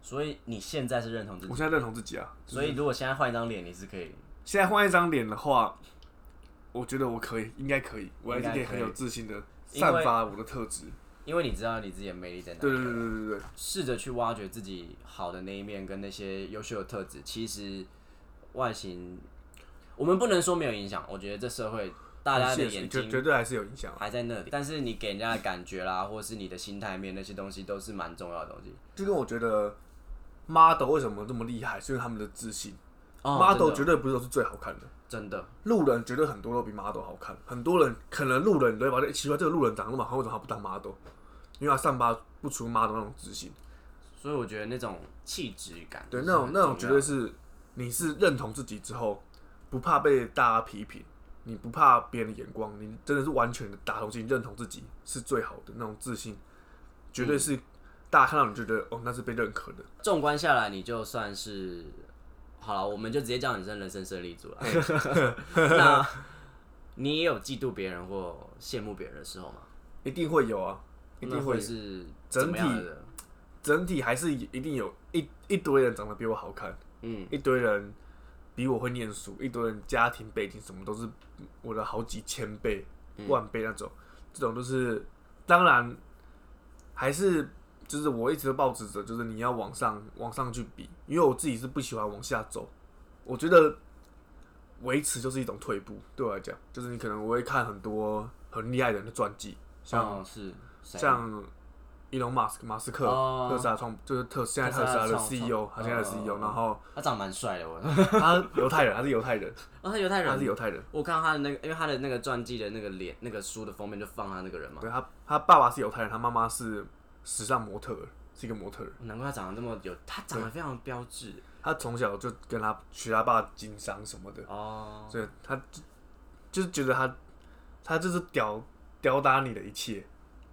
[SPEAKER 2] 所以你现在是认同自己
[SPEAKER 3] 我，现在认同自己啊，
[SPEAKER 2] 所以如果现在换一张脸，你是可以。
[SPEAKER 3] 现在换一张脸的话，我觉得我可以，应该可以，我还是可以
[SPEAKER 2] 应该可
[SPEAKER 3] 很
[SPEAKER 2] 以
[SPEAKER 3] 有自信的
[SPEAKER 2] 因为
[SPEAKER 3] 散发我的特质。
[SPEAKER 2] 因为你知道你自己的魅力在哪
[SPEAKER 3] 对
[SPEAKER 2] 里，
[SPEAKER 3] 对对对对对，
[SPEAKER 2] 试着去挖掘自己好的那一面跟那些优秀的特质。其实外形，我们不能说没有影响，我觉得这社会大家的
[SPEAKER 3] 现实
[SPEAKER 2] 眼
[SPEAKER 3] 绝
[SPEAKER 2] 睛
[SPEAKER 3] 绝对还是有影响啊。
[SPEAKER 2] 还在那里，但是你给人家的感觉啦，或是你的心态面那些东西，都是蛮重要的东西。
[SPEAKER 3] 就跟我觉得 model 为什么这么厉害，是因为他们的自信。
[SPEAKER 2] 哦
[SPEAKER 3] model 绝
[SPEAKER 2] 真的
[SPEAKER 3] 对不是都是最好看的，
[SPEAKER 2] 真的，
[SPEAKER 3] 路人绝对很多都比 model 好看。很多人可能路人你都会发现，奇怪，这个路人长得那么好看，为什么他不当 model？因为他散发不出 model 那种自信。
[SPEAKER 2] 所以我觉得那种气质感是
[SPEAKER 3] 对，
[SPEAKER 2] 很重
[SPEAKER 3] 那
[SPEAKER 2] 要
[SPEAKER 3] 种
[SPEAKER 2] 的，
[SPEAKER 3] 那种绝对是你是认同自己之后，不怕被大家批评，你不怕别人的眼光，你真的是完全的打从心认同自己是最好的那种自信，绝对是大家看到你就觉得哦，那是被认可的。
[SPEAKER 2] 纵观下来，你就算是好了，我们就直接叫你是人生胜利组了。 那你也有嫉妒别人或羡慕别人的时候吗？
[SPEAKER 3] 一定会有啊，一定
[SPEAKER 2] 那
[SPEAKER 3] 会
[SPEAKER 2] 会
[SPEAKER 3] 有
[SPEAKER 2] 是
[SPEAKER 3] 整
[SPEAKER 2] 怎么样的？
[SPEAKER 3] 整体还是一定有一一堆人长得比我好看，
[SPEAKER 2] 嗯，
[SPEAKER 3] 一堆人比我会念书，一堆人家庭背景什么都是我的好几千倍、
[SPEAKER 2] 嗯
[SPEAKER 3] 万倍那种。这种就是，当然还是就是我一直都抱持着，就是你要往上往上去比，因为我自己是不喜欢往下走。我觉得维持就是一种退步，对我来讲，就是你可能我会看很多很厉害人的传记，像
[SPEAKER 2] 像哦是谁
[SPEAKER 3] 像伊隆马斯马斯克啊
[SPEAKER 2] 哦
[SPEAKER 3] 特斯拉创就是特现在特斯拉的
[SPEAKER 2] 特斯拉创
[SPEAKER 3] CEO，他现在的
[SPEAKER 2] 哦
[SPEAKER 3] CEO，
[SPEAKER 2] 哦
[SPEAKER 3] 然后
[SPEAKER 2] 他长蛮帅的， 我哦，
[SPEAKER 3] 他犹太人，他是犹太人，
[SPEAKER 2] 他犹太
[SPEAKER 3] 他
[SPEAKER 2] 人
[SPEAKER 3] 是犹太人，
[SPEAKER 2] 我看到他的那个，因为他的那个传记的那个脸，那个书的封面就放他那个人嘛，
[SPEAKER 3] 对他他爸爸是犹太人，他妈妈是时尚模特儿，是一个模特儿。
[SPEAKER 2] 难怪他长得那么有，他长得非常标致
[SPEAKER 3] 他从小就跟他学他爸经商什么的，
[SPEAKER 2] 哦。
[SPEAKER 3] 所以他就就是觉得他他就是屌屌打你的一切，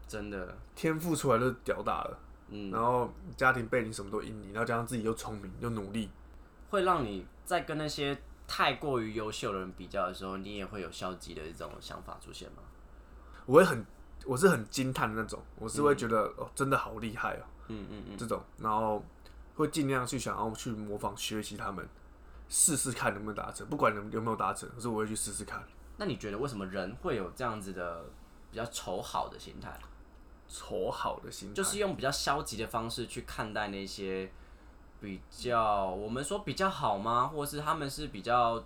[SPEAKER 2] 真的，
[SPEAKER 3] 天赋出来就是屌打了，
[SPEAKER 2] 嗯，
[SPEAKER 3] 然后家庭背景什么都赢你，然后加上自己又聪明又努力，
[SPEAKER 2] 会让你在跟那些太过于优秀的人比较的时候，你也会有消极的这种想法出现吗？
[SPEAKER 3] 我会很，我是很惊叹的那种，我是会觉得、哦，真的好厉害哦，
[SPEAKER 2] 嗯嗯嗯，
[SPEAKER 3] 这种，然后会尽量去想要去模仿、学习他们，试试看能不能达成，不管能有没有达成，可是我会去试试看。
[SPEAKER 2] 那你觉得为什么人会有这样子的比较仇好的心态？
[SPEAKER 3] 筹好的心态，
[SPEAKER 2] 就是用比较消极的方式去看待那些比较，我们说比较好吗？或是他们是比较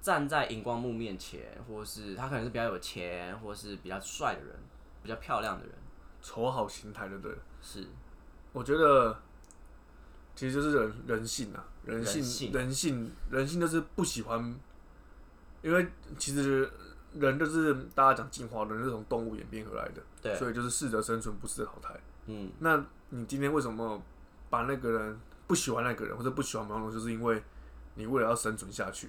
[SPEAKER 2] 站在荧光幕面前，或是他可能是比较有钱，或是比较帅的人，比较漂亮的人，
[SPEAKER 3] 筹好心态，对不对？
[SPEAKER 2] 是
[SPEAKER 3] 我觉得其实就是人人性啊，人
[SPEAKER 2] 人
[SPEAKER 3] 性，
[SPEAKER 2] 性
[SPEAKER 3] 人性，人性就是不喜欢，因为其实人就是大家讲进化，人是从动物演变而来的，
[SPEAKER 2] 对，
[SPEAKER 3] 所以就是适者生存，不适者淘汰。
[SPEAKER 2] 嗯，
[SPEAKER 3] 那你今天为什么把那个人不喜欢那个人，或者不喜欢毛茸，就是因为你为了要生存下去。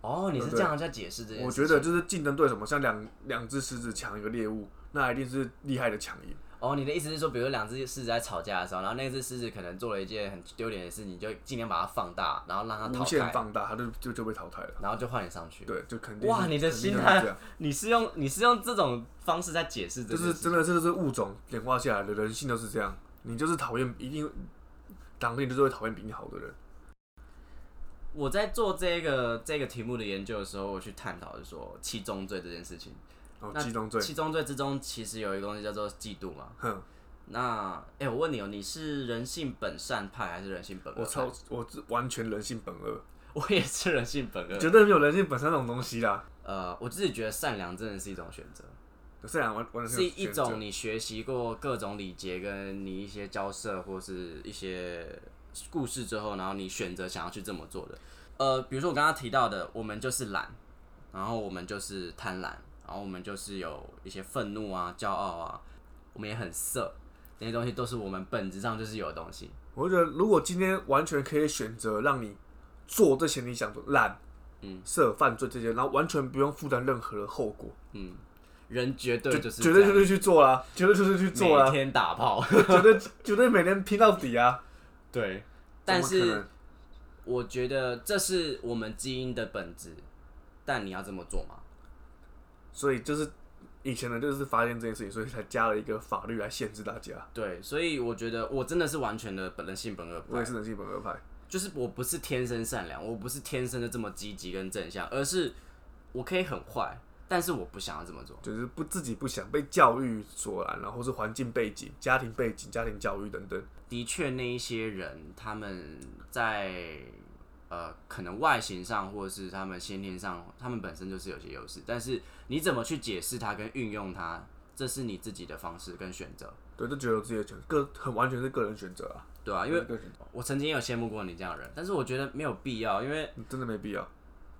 [SPEAKER 2] 哦，你
[SPEAKER 3] 对
[SPEAKER 2] 是
[SPEAKER 3] 不
[SPEAKER 2] 这样在解释这件
[SPEAKER 3] 我
[SPEAKER 2] 事
[SPEAKER 3] 觉
[SPEAKER 2] 情，
[SPEAKER 3] 得就是竞争对手嘛，像两两只狮子抢一个猎物，那一定是厉害的抢赢。
[SPEAKER 2] 哦，你的意思是说，比如两只狮子在吵架的时候，然后那只狮子可能做了一件很丢脸的事，你就尽量把它放大，然后让它
[SPEAKER 3] 无
[SPEAKER 2] 啊淘
[SPEAKER 3] 限
[SPEAKER 2] 汰，
[SPEAKER 3] 放大，他就就就被淘汰了。
[SPEAKER 2] 然后就换你上去。
[SPEAKER 3] 对，就肯定
[SPEAKER 2] 哇
[SPEAKER 3] 是
[SPEAKER 2] 你的
[SPEAKER 3] 肯定
[SPEAKER 2] 心
[SPEAKER 3] 是
[SPEAKER 2] 态
[SPEAKER 3] 这样
[SPEAKER 2] 你是用你是用这种方式在解释这
[SPEAKER 3] 就
[SPEAKER 2] 件
[SPEAKER 3] 是
[SPEAKER 2] 事
[SPEAKER 3] 真的，这就是物种演化下来的人性都是这样。你就是讨厌，一定党内就是会讨厌比你好的人。
[SPEAKER 2] 我在做这个这个题目的研究的时候，我去探讨是说七宗罪这件事情。
[SPEAKER 3] 然后
[SPEAKER 2] 那
[SPEAKER 3] 七宗罪，
[SPEAKER 2] 七宗罪之中，其实有一个东西叫做嫉妒嘛。
[SPEAKER 3] 哼，
[SPEAKER 2] 那哎、我问你哦，你是人性本善派还是人性本恶
[SPEAKER 3] 我
[SPEAKER 2] 派？
[SPEAKER 3] 超我是完全人性本恶，
[SPEAKER 2] 我也是人性本恶。
[SPEAKER 3] 绝对没有人性本善那种东西啦。
[SPEAKER 2] 呃，我自己觉得善良真的是一种选择，
[SPEAKER 3] 这两完完全
[SPEAKER 2] 是一
[SPEAKER 3] 选择
[SPEAKER 2] 种你学习过各种礼节跟你一些交涉或是一些故事之后，然后你选择想要去这么做的。呃，比如说我刚刚提到的，我们就是懒，然后我们就是贪婪，然后我们就是有一些愤怒啊、骄傲啊，我们也很色，这些东西都是我们本质上就是有的东西。
[SPEAKER 3] 我就觉得，如果今天完全可以选择让你做这些你想做懒、
[SPEAKER 2] 嗯、
[SPEAKER 3] 色、犯罪这些，然后完全不用负担任何的后果，
[SPEAKER 2] 嗯，人绝对就是
[SPEAKER 3] 绝对
[SPEAKER 2] 这
[SPEAKER 3] 就
[SPEAKER 2] 样
[SPEAKER 3] 是去做啦，绝对就是去做
[SPEAKER 2] 每
[SPEAKER 3] 啦，
[SPEAKER 2] 天打 炮，
[SPEAKER 3] 绝对绝对每天拼到底啊！
[SPEAKER 2] 对，但
[SPEAKER 3] 怎么可
[SPEAKER 2] 是
[SPEAKER 3] 能
[SPEAKER 2] 我觉得这是我们基因的本质，但你要这么做吗？
[SPEAKER 3] 所以就是以前呢，就是发现这件事情，所以才加了一个法律来限制大家。
[SPEAKER 2] 对，所以我觉得我真的是完全的本人性本恶
[SPEAKER 3] 我
[SPEAKER 2] 派
[SPEAKER 3] 也，是人性本恶派，
[SPEAKER 2] 就是我不是天生善良，我不是天生的这么积极跟正向，而是我可以很坏，但是我不想要这么做。
[SPEAKER 3] 就是不自己不想被教育所然，然后是环境背景、家庭背景、家庭教育等等。
[SPEAKER 2] 的确，那一些人他们在呃，可能外形上或者是他们先天上，他们本身就是有些优势，但是你怎么去解释它跟运用它，这是你自己的方式跟选择，
[SPEAKER 3] 对，就觉得有自己的选择，个很完全是个人选择啊。
[SPEAKER 2] 对啊，因为
[SPEAKER 3] 个人选择
[SPEAKER 2] 我曾经也有羡慕过你这样的人，但是我觉得没有必要，因为
[SPEAKER 3] 你真的没必要。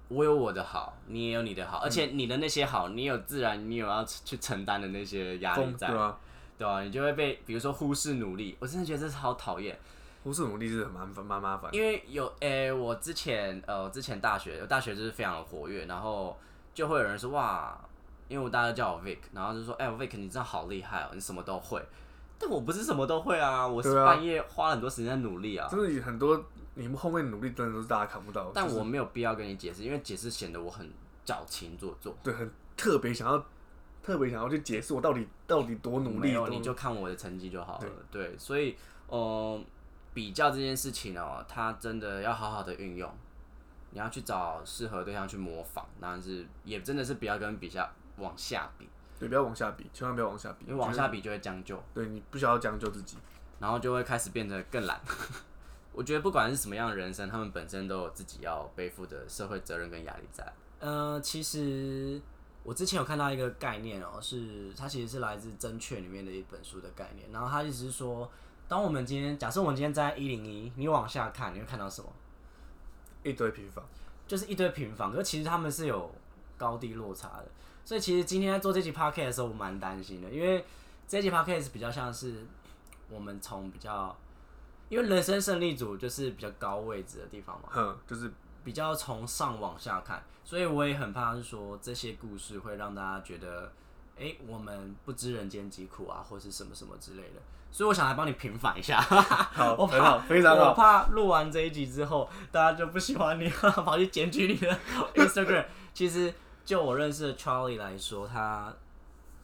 [SPEAKER 2] 我有我的好，你也有你的
[SPEAKER 3] 嗯
[SPEAKER 2] 好，而且你的那些好，你有自然你有要去承担的那些压力
[SPEAKER 3] 风
[SPEAKER 2] 在
[SPEAKER 3] 对，啊，
[SPEAKER 2] 对吧、你就会被比如说忽视努力，我真的觉得这是好讨厌，
[SPEAKER 3] 忽视努力是很麻烦，蛮麻烦。
[SPEAKER 2] 因为有诶、我之前呃，我之前大学，我大学就是非常的活跃，然后就会有人说哇，因为我大家都叫我 Vic，然后就说哎、Vic 你真的好厉害哦，你什么都会，但我不是什么都会啊，我是
[SPEAKER 3] 对啊
[SPEAKER 2] 半夜花了很多时间在努力啊，
[SPEAKER 3] 真的有很多你们后面努力真的都是大家看不到的，
[SPEAKER 2] 但
[SPEAKER 3] 就是
[SPEAKER 2] 我没有必要跟你解释，因为解释显得我很矫情做作。
[SPEAKER 3] 对很特别想要特别想要去解释我到底到底多努力，
[SPEAKER 2] 没有
[SPEAKER 3] 多
[SPEAKER 2] 你就看我的成绩就好了。对，所以，呃，比较这件事情哦，它真的要好好的运用，你要去找适合对象去模仿，但是也真的是不要跟比较往下比，
[SPEAKER 3] 对，不要往下比，千万不要往下比，
[SPEAKER 2] 因为往下比就会将就，
[SPEAKER 3] 对你不需要将就自己，
[SPEAKER 2] 然后就会开始变得更懒。 我觉得不管是什么样的人生，他们本身都有自己要背负的社会责任跟压力在。
[SPEAKER 1] 呃，其实我之前有看到一个概念哦、是它其实是来自《真确》里面的一本书的概念。然后它意思是说，当我们今天假设我们今天站在一零一，你往下看，你会看到什么？
[SPEAKER 3] 一堆平凡，
[SPEAKER 1] 就是一堆平房，可是其实他们是有高低落差的。所以其实今天在做这集 podcast 的时候，我蛮担心的，因为这集 podcast 比较像是我们从比较，因为人生胜利组就是比较高位置的地
[SPEAKER 2] 哦
[SPEAKER 1] 方嘛。
[SPEAKER 3] 哼，就是
[SPEAKER 1] 比较从上往下看，所以我也很怕是说这些故事会让大家觉得，哎、我们不知人间疾苦啊，或是什么什么之类的。所以我想来帮你平反一下，
[SPEAKER 2] 啊
[SPEAKER 3] 好，
[SPEAKER 1] 我
[SPEAKER 3] 很
[SPEAKER 1] 怕
[SPEAKER 3] 好，非常
[SPEAKER 1] 我
[SPEAKER 3] 好，
[SPEAKER 1] 怕录完这一集之后，大家就不喜欢你，跑去检举你的 Instagram。其实就我认识的 Charlie 来说，他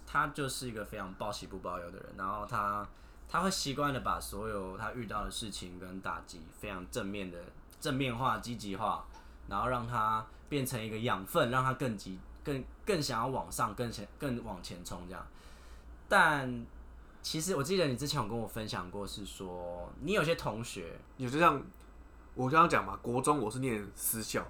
[SPEAKER 1] 他就是一个非常报喜不报忧的人，然后他他会习惯的把所有他遇到的事情跟打击非常正面的正面化、积极化，然后让他变成一个养分，让他更极更更想要往上、更前更往前冲这样。但其实我记得你之前有跟我分享过，是说你有些同学，
[SPEAKER 3] 也就像我刚刚讲嘛，国中我是念私校，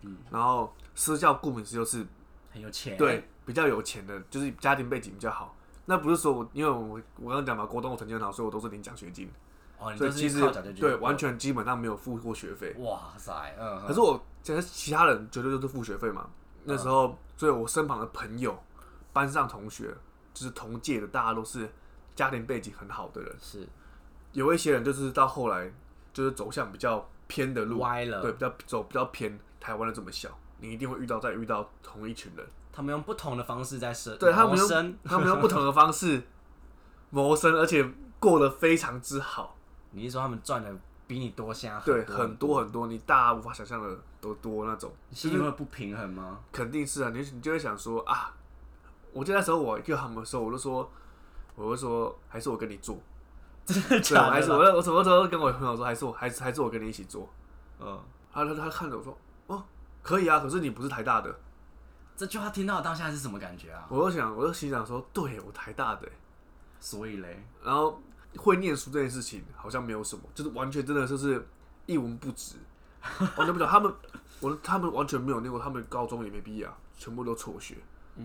[SPEAKER 3] 嗯，然后私校顾名思义就是
[SPEAKER 1] 很有钱，
[SPEAKER 3] 对，比较有钱的，就是家庭背景比较好。那不是说我，因为我我刚刚讲嘛，国中我成绩很好，所以我都是领奖学金，
[SPEAKER 1] 哦，你
[SPEAKER 3] 所
[SPEAKER 1] 就
[SPEAKER 3] 以其
[SPEAKER 1] 是
[SPEAKER 3] 实
[SPEAKER 1] 靠奖学金，嗯
[SPEAKER 3] 对完，全基本上没有付过学费。
[SPEAKER 1] 哇塞，嗯，
[SPEAKER 3] 可是我其实其他人绝对都是付学费嘛。那时候，所以我身旁的朋友、班上同学，就是同届的，大家都是家庭背景很好的人。
[SPEAKER 1] 是
[SPEAKER 3] 有一些人就是到后来就是走向比较偏
[SPEAKER 2] 嗯
[SPEAKER 3] 的路，
[SPEAKER 1] 歪了，
[SPEAKER 3] 对，比较走比较偏。台湾的这么小，你一定会遇到再遇到同一群人。
[SPEAKER 1] 他们用不同的方式在生，
[SPEAKER 3] 对他们
[SPEAKER 1] 谋
[SPEAKER 3] 用
[SPEAKER 1] 生，
[SPEAKER 3] 他们用不同的 方式谋生，而且过得非常之好，
[SPEAKER 1] 你是说他们赚的比你多现在
[SPEAKER 3] 对，
[SPEAKER 1] 很
[SPEAKER 3] 很多很多你大家无法想象的都多那种，
[SPEAKER 2] 你心里会不平衡吗？
[SPEAKER 3] 肯定是啊，你你就会想说啊，我记得那时候我跟他们的时候，我就说，我就说还是我跟你做，
[SPEAKER 1] 真的
[SPEAKER 3] 对，
[SPEAKER 1] 假
[SPEAKER 3] 还是
[SPEAKER 1] 的？
[SPEAKER 3] 我我什么时候跟我朋友说，还是我还是还是我跟你一起做，
[SPEAKER 2] 嗯，
[SPEAKER 3] 他他他看着我说，哦，可以啊，可是你不是台大的，
[SPEAKER 1] 这句话听到当下是什么感觉啊？
[SPEAKER 3] 我就想，我就心想说，对我台大的、
[SPEAKER 2] 所以嘞，
[SPEAKER 3] 然后会念书这件事情好像没有什么，就是完全真的就是一文不值，完全不懂。他们，我他们完全没有念过，他们高中也没毕业啊，全部都辍学。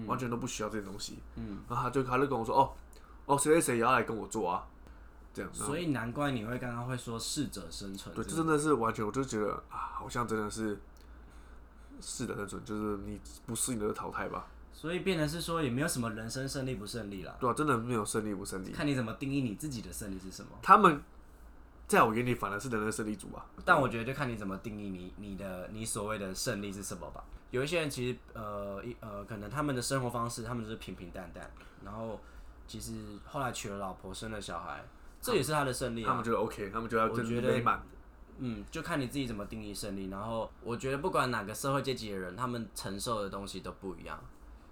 [SPEAKER 3] 完全都不需要这些东西。嗯，然后他就他就跟我说，哦哦，谁谁谁也要来跟我做啊，这样。
[SPEAKER 2] 所以难怪你会刚刚会说适者生存。
[SPEAKER 3] 对，这真的是完全，我就觉得啊，好像真的是是的那种，就是你不适应的就淘汰吧，
[SPEAKER 2] 所以变成是说也没有什么人生胜利不胜利啦，
[SPEAKER 3] 对吧、啊真的没有胜利不胜利，
[SPEAKER 2] 看你怎么定义你自己的胜利是什么。
[SPEAKER 3] 他们在我眼里反而是人生胜利组啊吧。
[SPEAKER 2] 但我觉得就看你怎么定义你你的你所谓的胜利是什么吧。有一些人其实呃一呃，可能他们的生活方式，他们就是平平淡淡，然后其实后来娶了老婆，生了小孩，这也是他的胜利
[SPEAKER 3] 他
[SPEAKER 2] 啊。
[SPEAKER 3] 们觉得 OK，他们觉得
[SPEAKER 2] 我
[SPEAKER 3] 真
[SPEAKER 2] 觉
[SPEAKER 3] 的
[SPEAKER 2] 得
[SPEAKER 3] 美满，
[SPEAKER 2] 嗯，就看你自己怎么定义胜利。然后我觉得不管哪个社会阶级的人，他们承受的东西都不一样。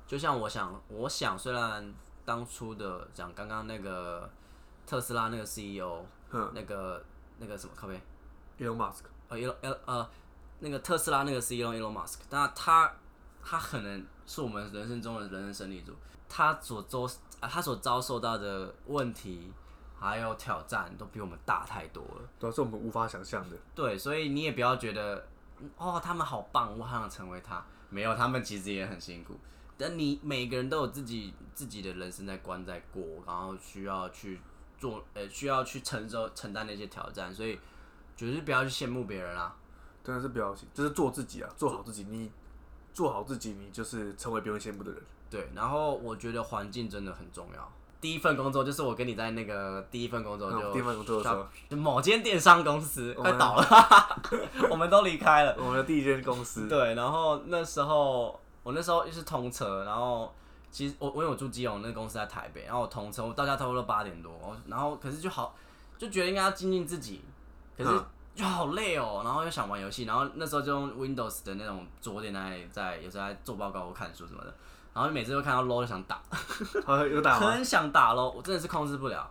[SPEAKER 2] 就像我想，我想虽然当初的讲刚刚那个特斯拉那个 CEO，那
[SPEAKER 3] 嗯
[SPEAKER 2] 个那个什么靠背。
[SPEAKER 3] Elon Musk
[SPEAKER 2] 呃，Elon 呃呃，那个特斯拉那个 CEO Elon Musk，那他他可能是我们人生中的人生胜利组，他所遭啊他所遭受到的问题还有挑战都比我们大太多了。
[SPEAKER 3] 对啊，是我们无法想象的。
[SPEAKER 2] 对，所以你也不要觉得嗯哦他们好棒，我好想成为他。没有，他们其实也很辛苦。但你每个人都有自己自己的人生在关在过，然后需要去做，呃，需要去承受承担那些挑战，所以绝对不要去羡慕别人啦、
[SPEAKER 3] 真的是不要紧，就是做自己啊，做好自己。你做好自己，你就是成为别人羡慕的人。
[SPEAKER 2] 对，然后我觉得环境真的很重要。第一份工作就是我跟你在那个第一份工作
[SPEAKER 3] 嗯
[SPEAKER 2] 啊就
[SPEAKER 3] 第一份工作的时候
[SPEAKER 2] shop- 就某间电商公司
[SPEAKER 3] 我
[SPEAKER 2] 快
[SPEAKER 3] 们
[SPEAKER 2] 倒了， 我们都离开了。
[SPEAKER 3] 我们的第一间公司，
[SPEAKER 2] 对，然后那时候我那时候就是通车，然后其实我我因为我住基隆，那个公司在台北，然后我通车，我到家差不多八点多，然后可是就好就觉得应该要精进自己，可是
[SPEAKER 3] 嗯
[SPEAKER 2] 就好累哦，然后又想玩游戏，然后那时候就用 Windows 的那种桌垫在在有时候在做报告或看书什么的，然后每次都看到 low 就想打。
[SPEAKER 3] 好像有打吗？
[SPEAKER 2] 很想打咯，我真的是控制不了。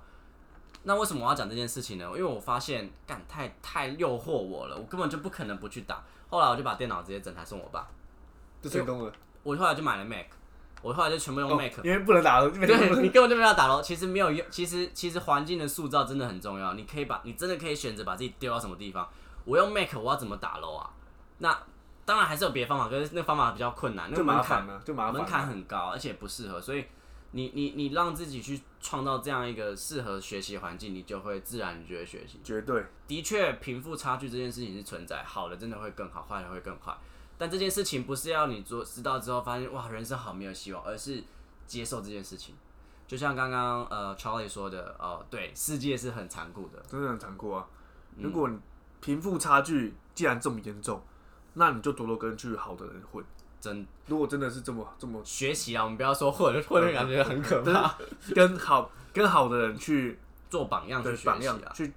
[SPEAKER 2] 那为什么我要讲这件事情呢？因为我发现，干太太诱惑我了，我根本就不可能不去打。后来我就把电脑直接整台送我爸，
[SPEAKER 3] 就成功了。
[SPEAKER 2] 我后来就买了 Mac，我后来就全部用 Mac
[SPEAKER 3] 哦。因为不能打了，每天不
[SPEAKER 2] 对
[SPEAKER 3] 能
[SPEAKER 2] 你根本就没有打咯。其实没有用，其实其实环境的塑造真的很重要。你可以把你真的可以选择把自己丢到什么地方。我用 Mac 我要怎么打咯啊？那当然还是有别的方法，可是那方法比较困难，那
[SPEAKER 3] 就
[SPEAKER 2] 个
[SPEAKER 3] 麻
[SPEAKER 2] 门槛
[SPEAKER 3] 烦啊了，就麻
[SPEAKER 2] 门槛
[SPEAKER 3] 烦了。
[SPEAKER 2] 很高，而且不适合，所以你你你让自己去创造这样一个适合学习的环境，你就会自然你就会学习。
[SPEAKER 3] 绝对，
[SPEAKER 2] 的确，贫富差距这件事情是存在，好的真的会更好，坏的会更坏。但这件事情不是要你做知道之后发现哇人生好没有希望，而是接受这件事情。就像刚刚呃 Charlie 说的，哦，对，世界是很残酷的，
[SPEAKER 3] 真的很残酷啊！
[SPEAKER 2] 嗯
[SPEAKER 3] 如果你贫富差距既然这么严重，那你就多多跟去好的人混。
[SPEAKER 2] 真
[SPEAKER 3] 如果真的是这么这么
[SPEAKER 2] 学习啊，我们不要说混混的感觉很可怕，
[SPEAKER 3] 跟好跟好的人去
[SPEAKER 2] 做榜样去
[SPEAKER 3] 对
[SPEAKER 2] 学习
[SPEAKER 3] 榜样
[SPEAKER 2] 啊，
[SPEAKER 3] 去，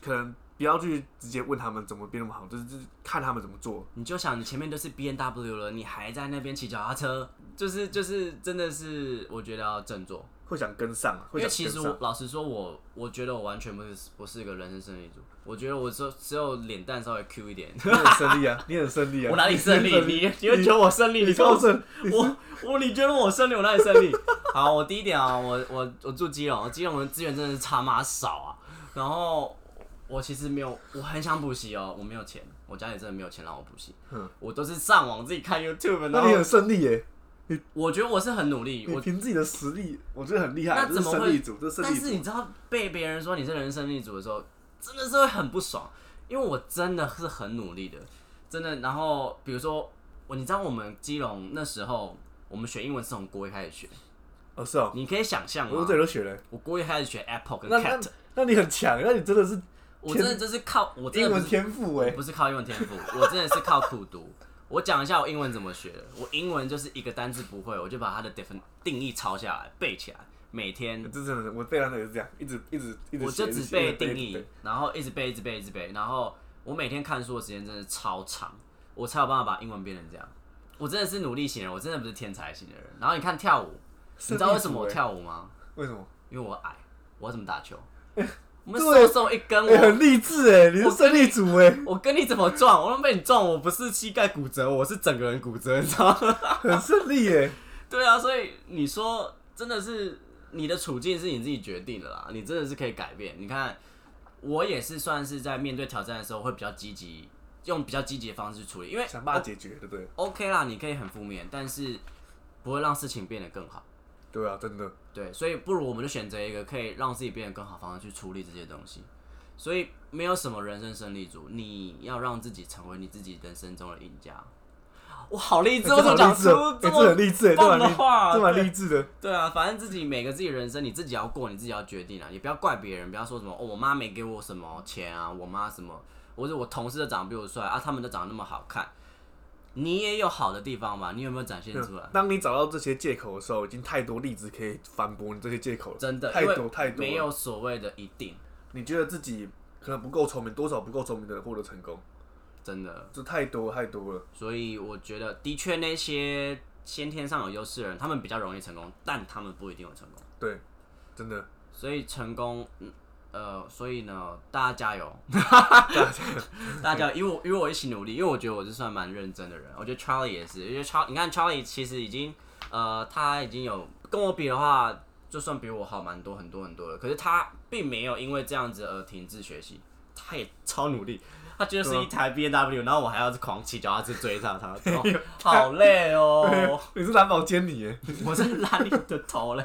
[SPEAKER 3] 可能不要去直接问他们怎么变那么好，就是就是看他们怎么做。
[SPEAKER 2] 你就想你前面都是 B N W 了，你还在那边骑脚踏车，就是就是真的是我觉得要振作，
[SPEAKER 3] 会想跟上啊，
[SPEAKER 2] 因
[SPEAKER 3] 会
[SPEAKER 2] 为
[SPEAKER 3] 想
[SPEAKER 2] 其
[SPEAKER 3] 跟
[SPEAKER 2] 实
[SPEAKER 3] 上
[SPEAKER 2] 我。老实说我，我觉得我完全不是不是一个人生胜利组，我觉得我只有只有脸蛋稍微 Q 一点，
[SPEAKER 3] 你很胜利啊，你很胜利啊！
[SPEAKER 2] 我哪里胜利？你你会觉得我胜利？
[SPEAKER 3] 你
[SPEAKER 2] 告
[SPEAKER 3] 超
[SPEAKER 2] 诉
[SPEAKER 3] 胜，
[SPEAKER 2] 我我你觉得我胜利，我哪里胜利？好，我第一点啊，我我我住基隆，基隆的资源真的是他妈少啊。然后我其实没有，我很想补习哦，我没有钱，我家里真的没有钱让我补习，
[SPEAKER 3] 嗯
[SPEAKER 2] 我都是上网自己看 YouTube，然
[SPEAKER 3] 那你
[SPEAKER 2] 后
[SPEAKER 3] 很胜利耶！
[SPEAKER 2] 我觉得我是很努力，
[SPEAKER 3] 你
[SPEAKER 2] 我
[SPEAKER 3] 凭自己的实力，我觉得很厉害。啊
[SPEAKER 2] 那
[SPEAKER 3] 这
[SPEAKER 2] 怎
[SPEAKER 3] 是
[SPEAKER 2] 么
[SPEAKER 3] 胜
[SPEAKER 2] 会
[SPEAKER 3] 利组，这是胜
[SPEAKER 2] 但
[SPEAKER 3] 利
[SPEAKER 2] 是
[SPEAKER 3] 组。
[SPEAKER 2] 你知道被别人说你是人生胜利组的时候，真的是会很不爽，因为我真的是很努力的，真的。然后比如说我，你知道我们基隆那时候，我们学英文是从国一开始学，
[SPEAKER 3] 哦，是哦，
[SPEAKER 2] 你可以想象
[SPEAKER 3] 我
[SPEAKER 2] 吗
[SPEAKER 3] 这？里都学了。
[SPEAKER 2] 我国一开始学 Apple 跟
[SPEAKER 3] 那那
[SPEAKER 2] Cat，
[SPEAKER 3] 那你很强，那你真的是
[SPEAKER 2] 我真的就是靠我真的
[SPEAKER 3] 英
[SPEAKER 2] 不
[SPEAKER 3] 文
[SPEAKER 2] 是
[SPEAKER 3] 天赋哎
[SPEAKER 2] 我！不是靠英文天赋， 我真的是靠苦读。我讲一下我英文怎么学的。我英文就是一个单字不会，我就把它的 defin 定义抄下来，背起来，每天
[SPEAKER 3] 这真的是，我背单词也是这样，一直一直一直
[SPEAKER 2] 我就
[SPEAKER 3] 写一直
[SPEAKER 2] 只
[SPEAKER 3] 写
[SPEAKER 2] 背
[SPEAKER 3] 一直
[SPEAKER 2] 定
[SPEAKER 3] 一直
[SPEAKER 2] 义
[SPEAKER 3] 背，
[SPEAKER 2] 然后一直背，一直背，一直背，然后我每天看书的时间真的超长，我才有办法把英文变成这样。我真的是努力型人，我真的不是天才型的人。然后你看跳舞，你知道为什么我
[SPEAKER 3] 胜利
[SPEAKER 2] 跳舞吗？
[SPEAKER 3] 组欸？为什么？
[SPEAKER 2] 因为我矮，我要怎么打球？我们
[SPEAKER 3] 哎对
[SPEAKER 2] 瘦瘦一根，
[SPEAKER 3] 哎，
[SPEAKER 2] 我
[SPEAKER 3] 很励志哎！你是胜利组哎，
[SPEAKER 2] 我跟你怎么撞？我被你撞，我不是膝盖骨折，我是整个人骨折，你知道吗？
[SPEAKER 3] 很胜利哎！
[SPEAKER 2] 对啊，所以你说真的是你的处境是你自己决定的啦，你真的是可以改变。你看，我也是算是在面对挑战的时候会比较积极，用比较积极的方式处理，因为哦
[SPEAKER 3] 想办法解决，对不对？
[SPEAKER 2] OK 啦，你可以很负面，但是不会让事情变得更好。
[SPEAKER 3] 对啊，真的，
[SPEAKER 2] 对，所以不如我们就选择一个可以让自己变得更好的方式去处理这些东西。所以没有什么人生胜利组，你要让自己成为你自己人生中的赢家。我好励志，我怎么讲出 这
[SPEAKER 3] 哦这很
[SPEAKER 2] 么
[SPEAKER 3] 励志欸，这
[SPEAKER 2] 棒
[SPEAKER 3] 蛮
[SPEAKER 2] 的
[SPEAKER 3] 励
[SPEAKER 2] 话？
[SPEAKER 3] 这蛮
[SPEAKER 2] 对
[SPEAKER 3] 励志的。
[SPEAKER 2] 对啊，反正自己每个自己人生，你自己要过，你自己要决定啊，也不要怪别人，不要说什么哦，我妈没给我什么钱啊，我妈什么，或者我同事都长得比我帅啊，他们都长得那么好看，你也有好的地方嘛，你有没有展现出来？
[SPEAKER 3] 嗯当你找到这些借口的时候，已经太多例子可以反驳你这些借口了，
[SPEAKER 2] 真的，
[SPEAKER 3] 太
[SPEAKER 2] 因为
[SPEAKER 3] 多太多了。
[SPEAKER 2] 没有所谓的一定，
[SPEAKER 3] 你觉得自己可能不够聪明，多少不够聪明的人获得成功，
[SPEAKER 2] 真的。
[SPEAKER 3] 这太多太多了。
[SPEAKER 2] 所以我觉得，的确那些先天上有优势的人，他们比较容易成功，但他们不一定有成功。
[SPEAKER 3] 对，真的，
[SPEAKER 2] 所以成功，嗯呃，所以呢，大家加油，大家与我与我一起努力，因为我觉得我是算蛮认真的人，我觉得 Charlie 也是，因为 Charlie，你看 Charlie 其实已经，呃，他已经有跟我比的话，就算比我好蛮多很多很多了，可是他并没有因为这样子而停滞学习，他也超努力。他就是一台 B N W，然后我还要狂骑脚踏车追上他，哦好累哦！
[SPEAKER 3] 你是蓝宝坚尼耶，
[SPEAKER 2] 我是拉你的头嘞。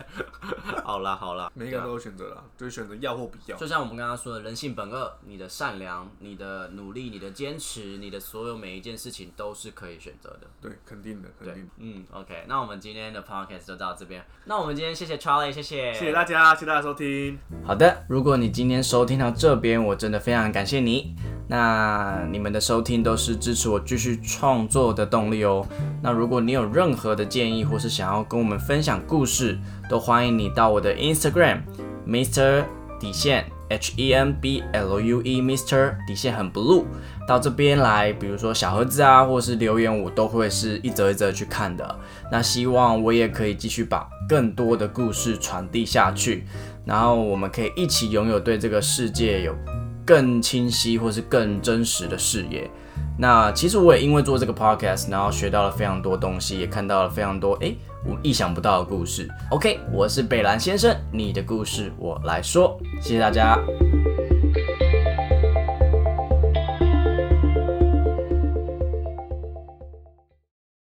[SPEAKER 2] 好啦好啦，
[SPEAKER 3] 每一个人都有选择啦，就是选择要或不要。
[SPEAKER 2] 就像我们刚刚说的，人性本恶，你的善良、你的努力、你的坚持、你的所有每一件事情都是可以选择的。
[SPEAKER 3] 对，肯定的，肯定的。
[SPEAKER 2] 嗯，OK，那我们今天的 podcast 就到这边。那我们今天谢谢 Charlie，谢谢，
[SPEAKER 3] 谢谢大家，谢谢大家收听，
[SPEAKER 1] 好的，如果你今天收听到这边，我真的非常感谢你。那你们的收听都是支持我继续创作的动力哦。那如果你有任何的建议，或是想要跟我们分享故事，都欢迎你到我的 Instagram Mr 底线 H E N B L U E Mr 底线很 blue 到这边来，比如说小盒子啊，或是留言，我都会是一则一则去看的。那希望我也可以继续把更多的故事传递下去。然后我们可以一起拥有对这个世界有更清晰或是更真实的视野。那其实我也因为做这个 podcast，然后学到了非常多东西，也看到了非常多诶我意想不到的故事。OK，我是北兰先生，你的故事我来说，谢谢大家。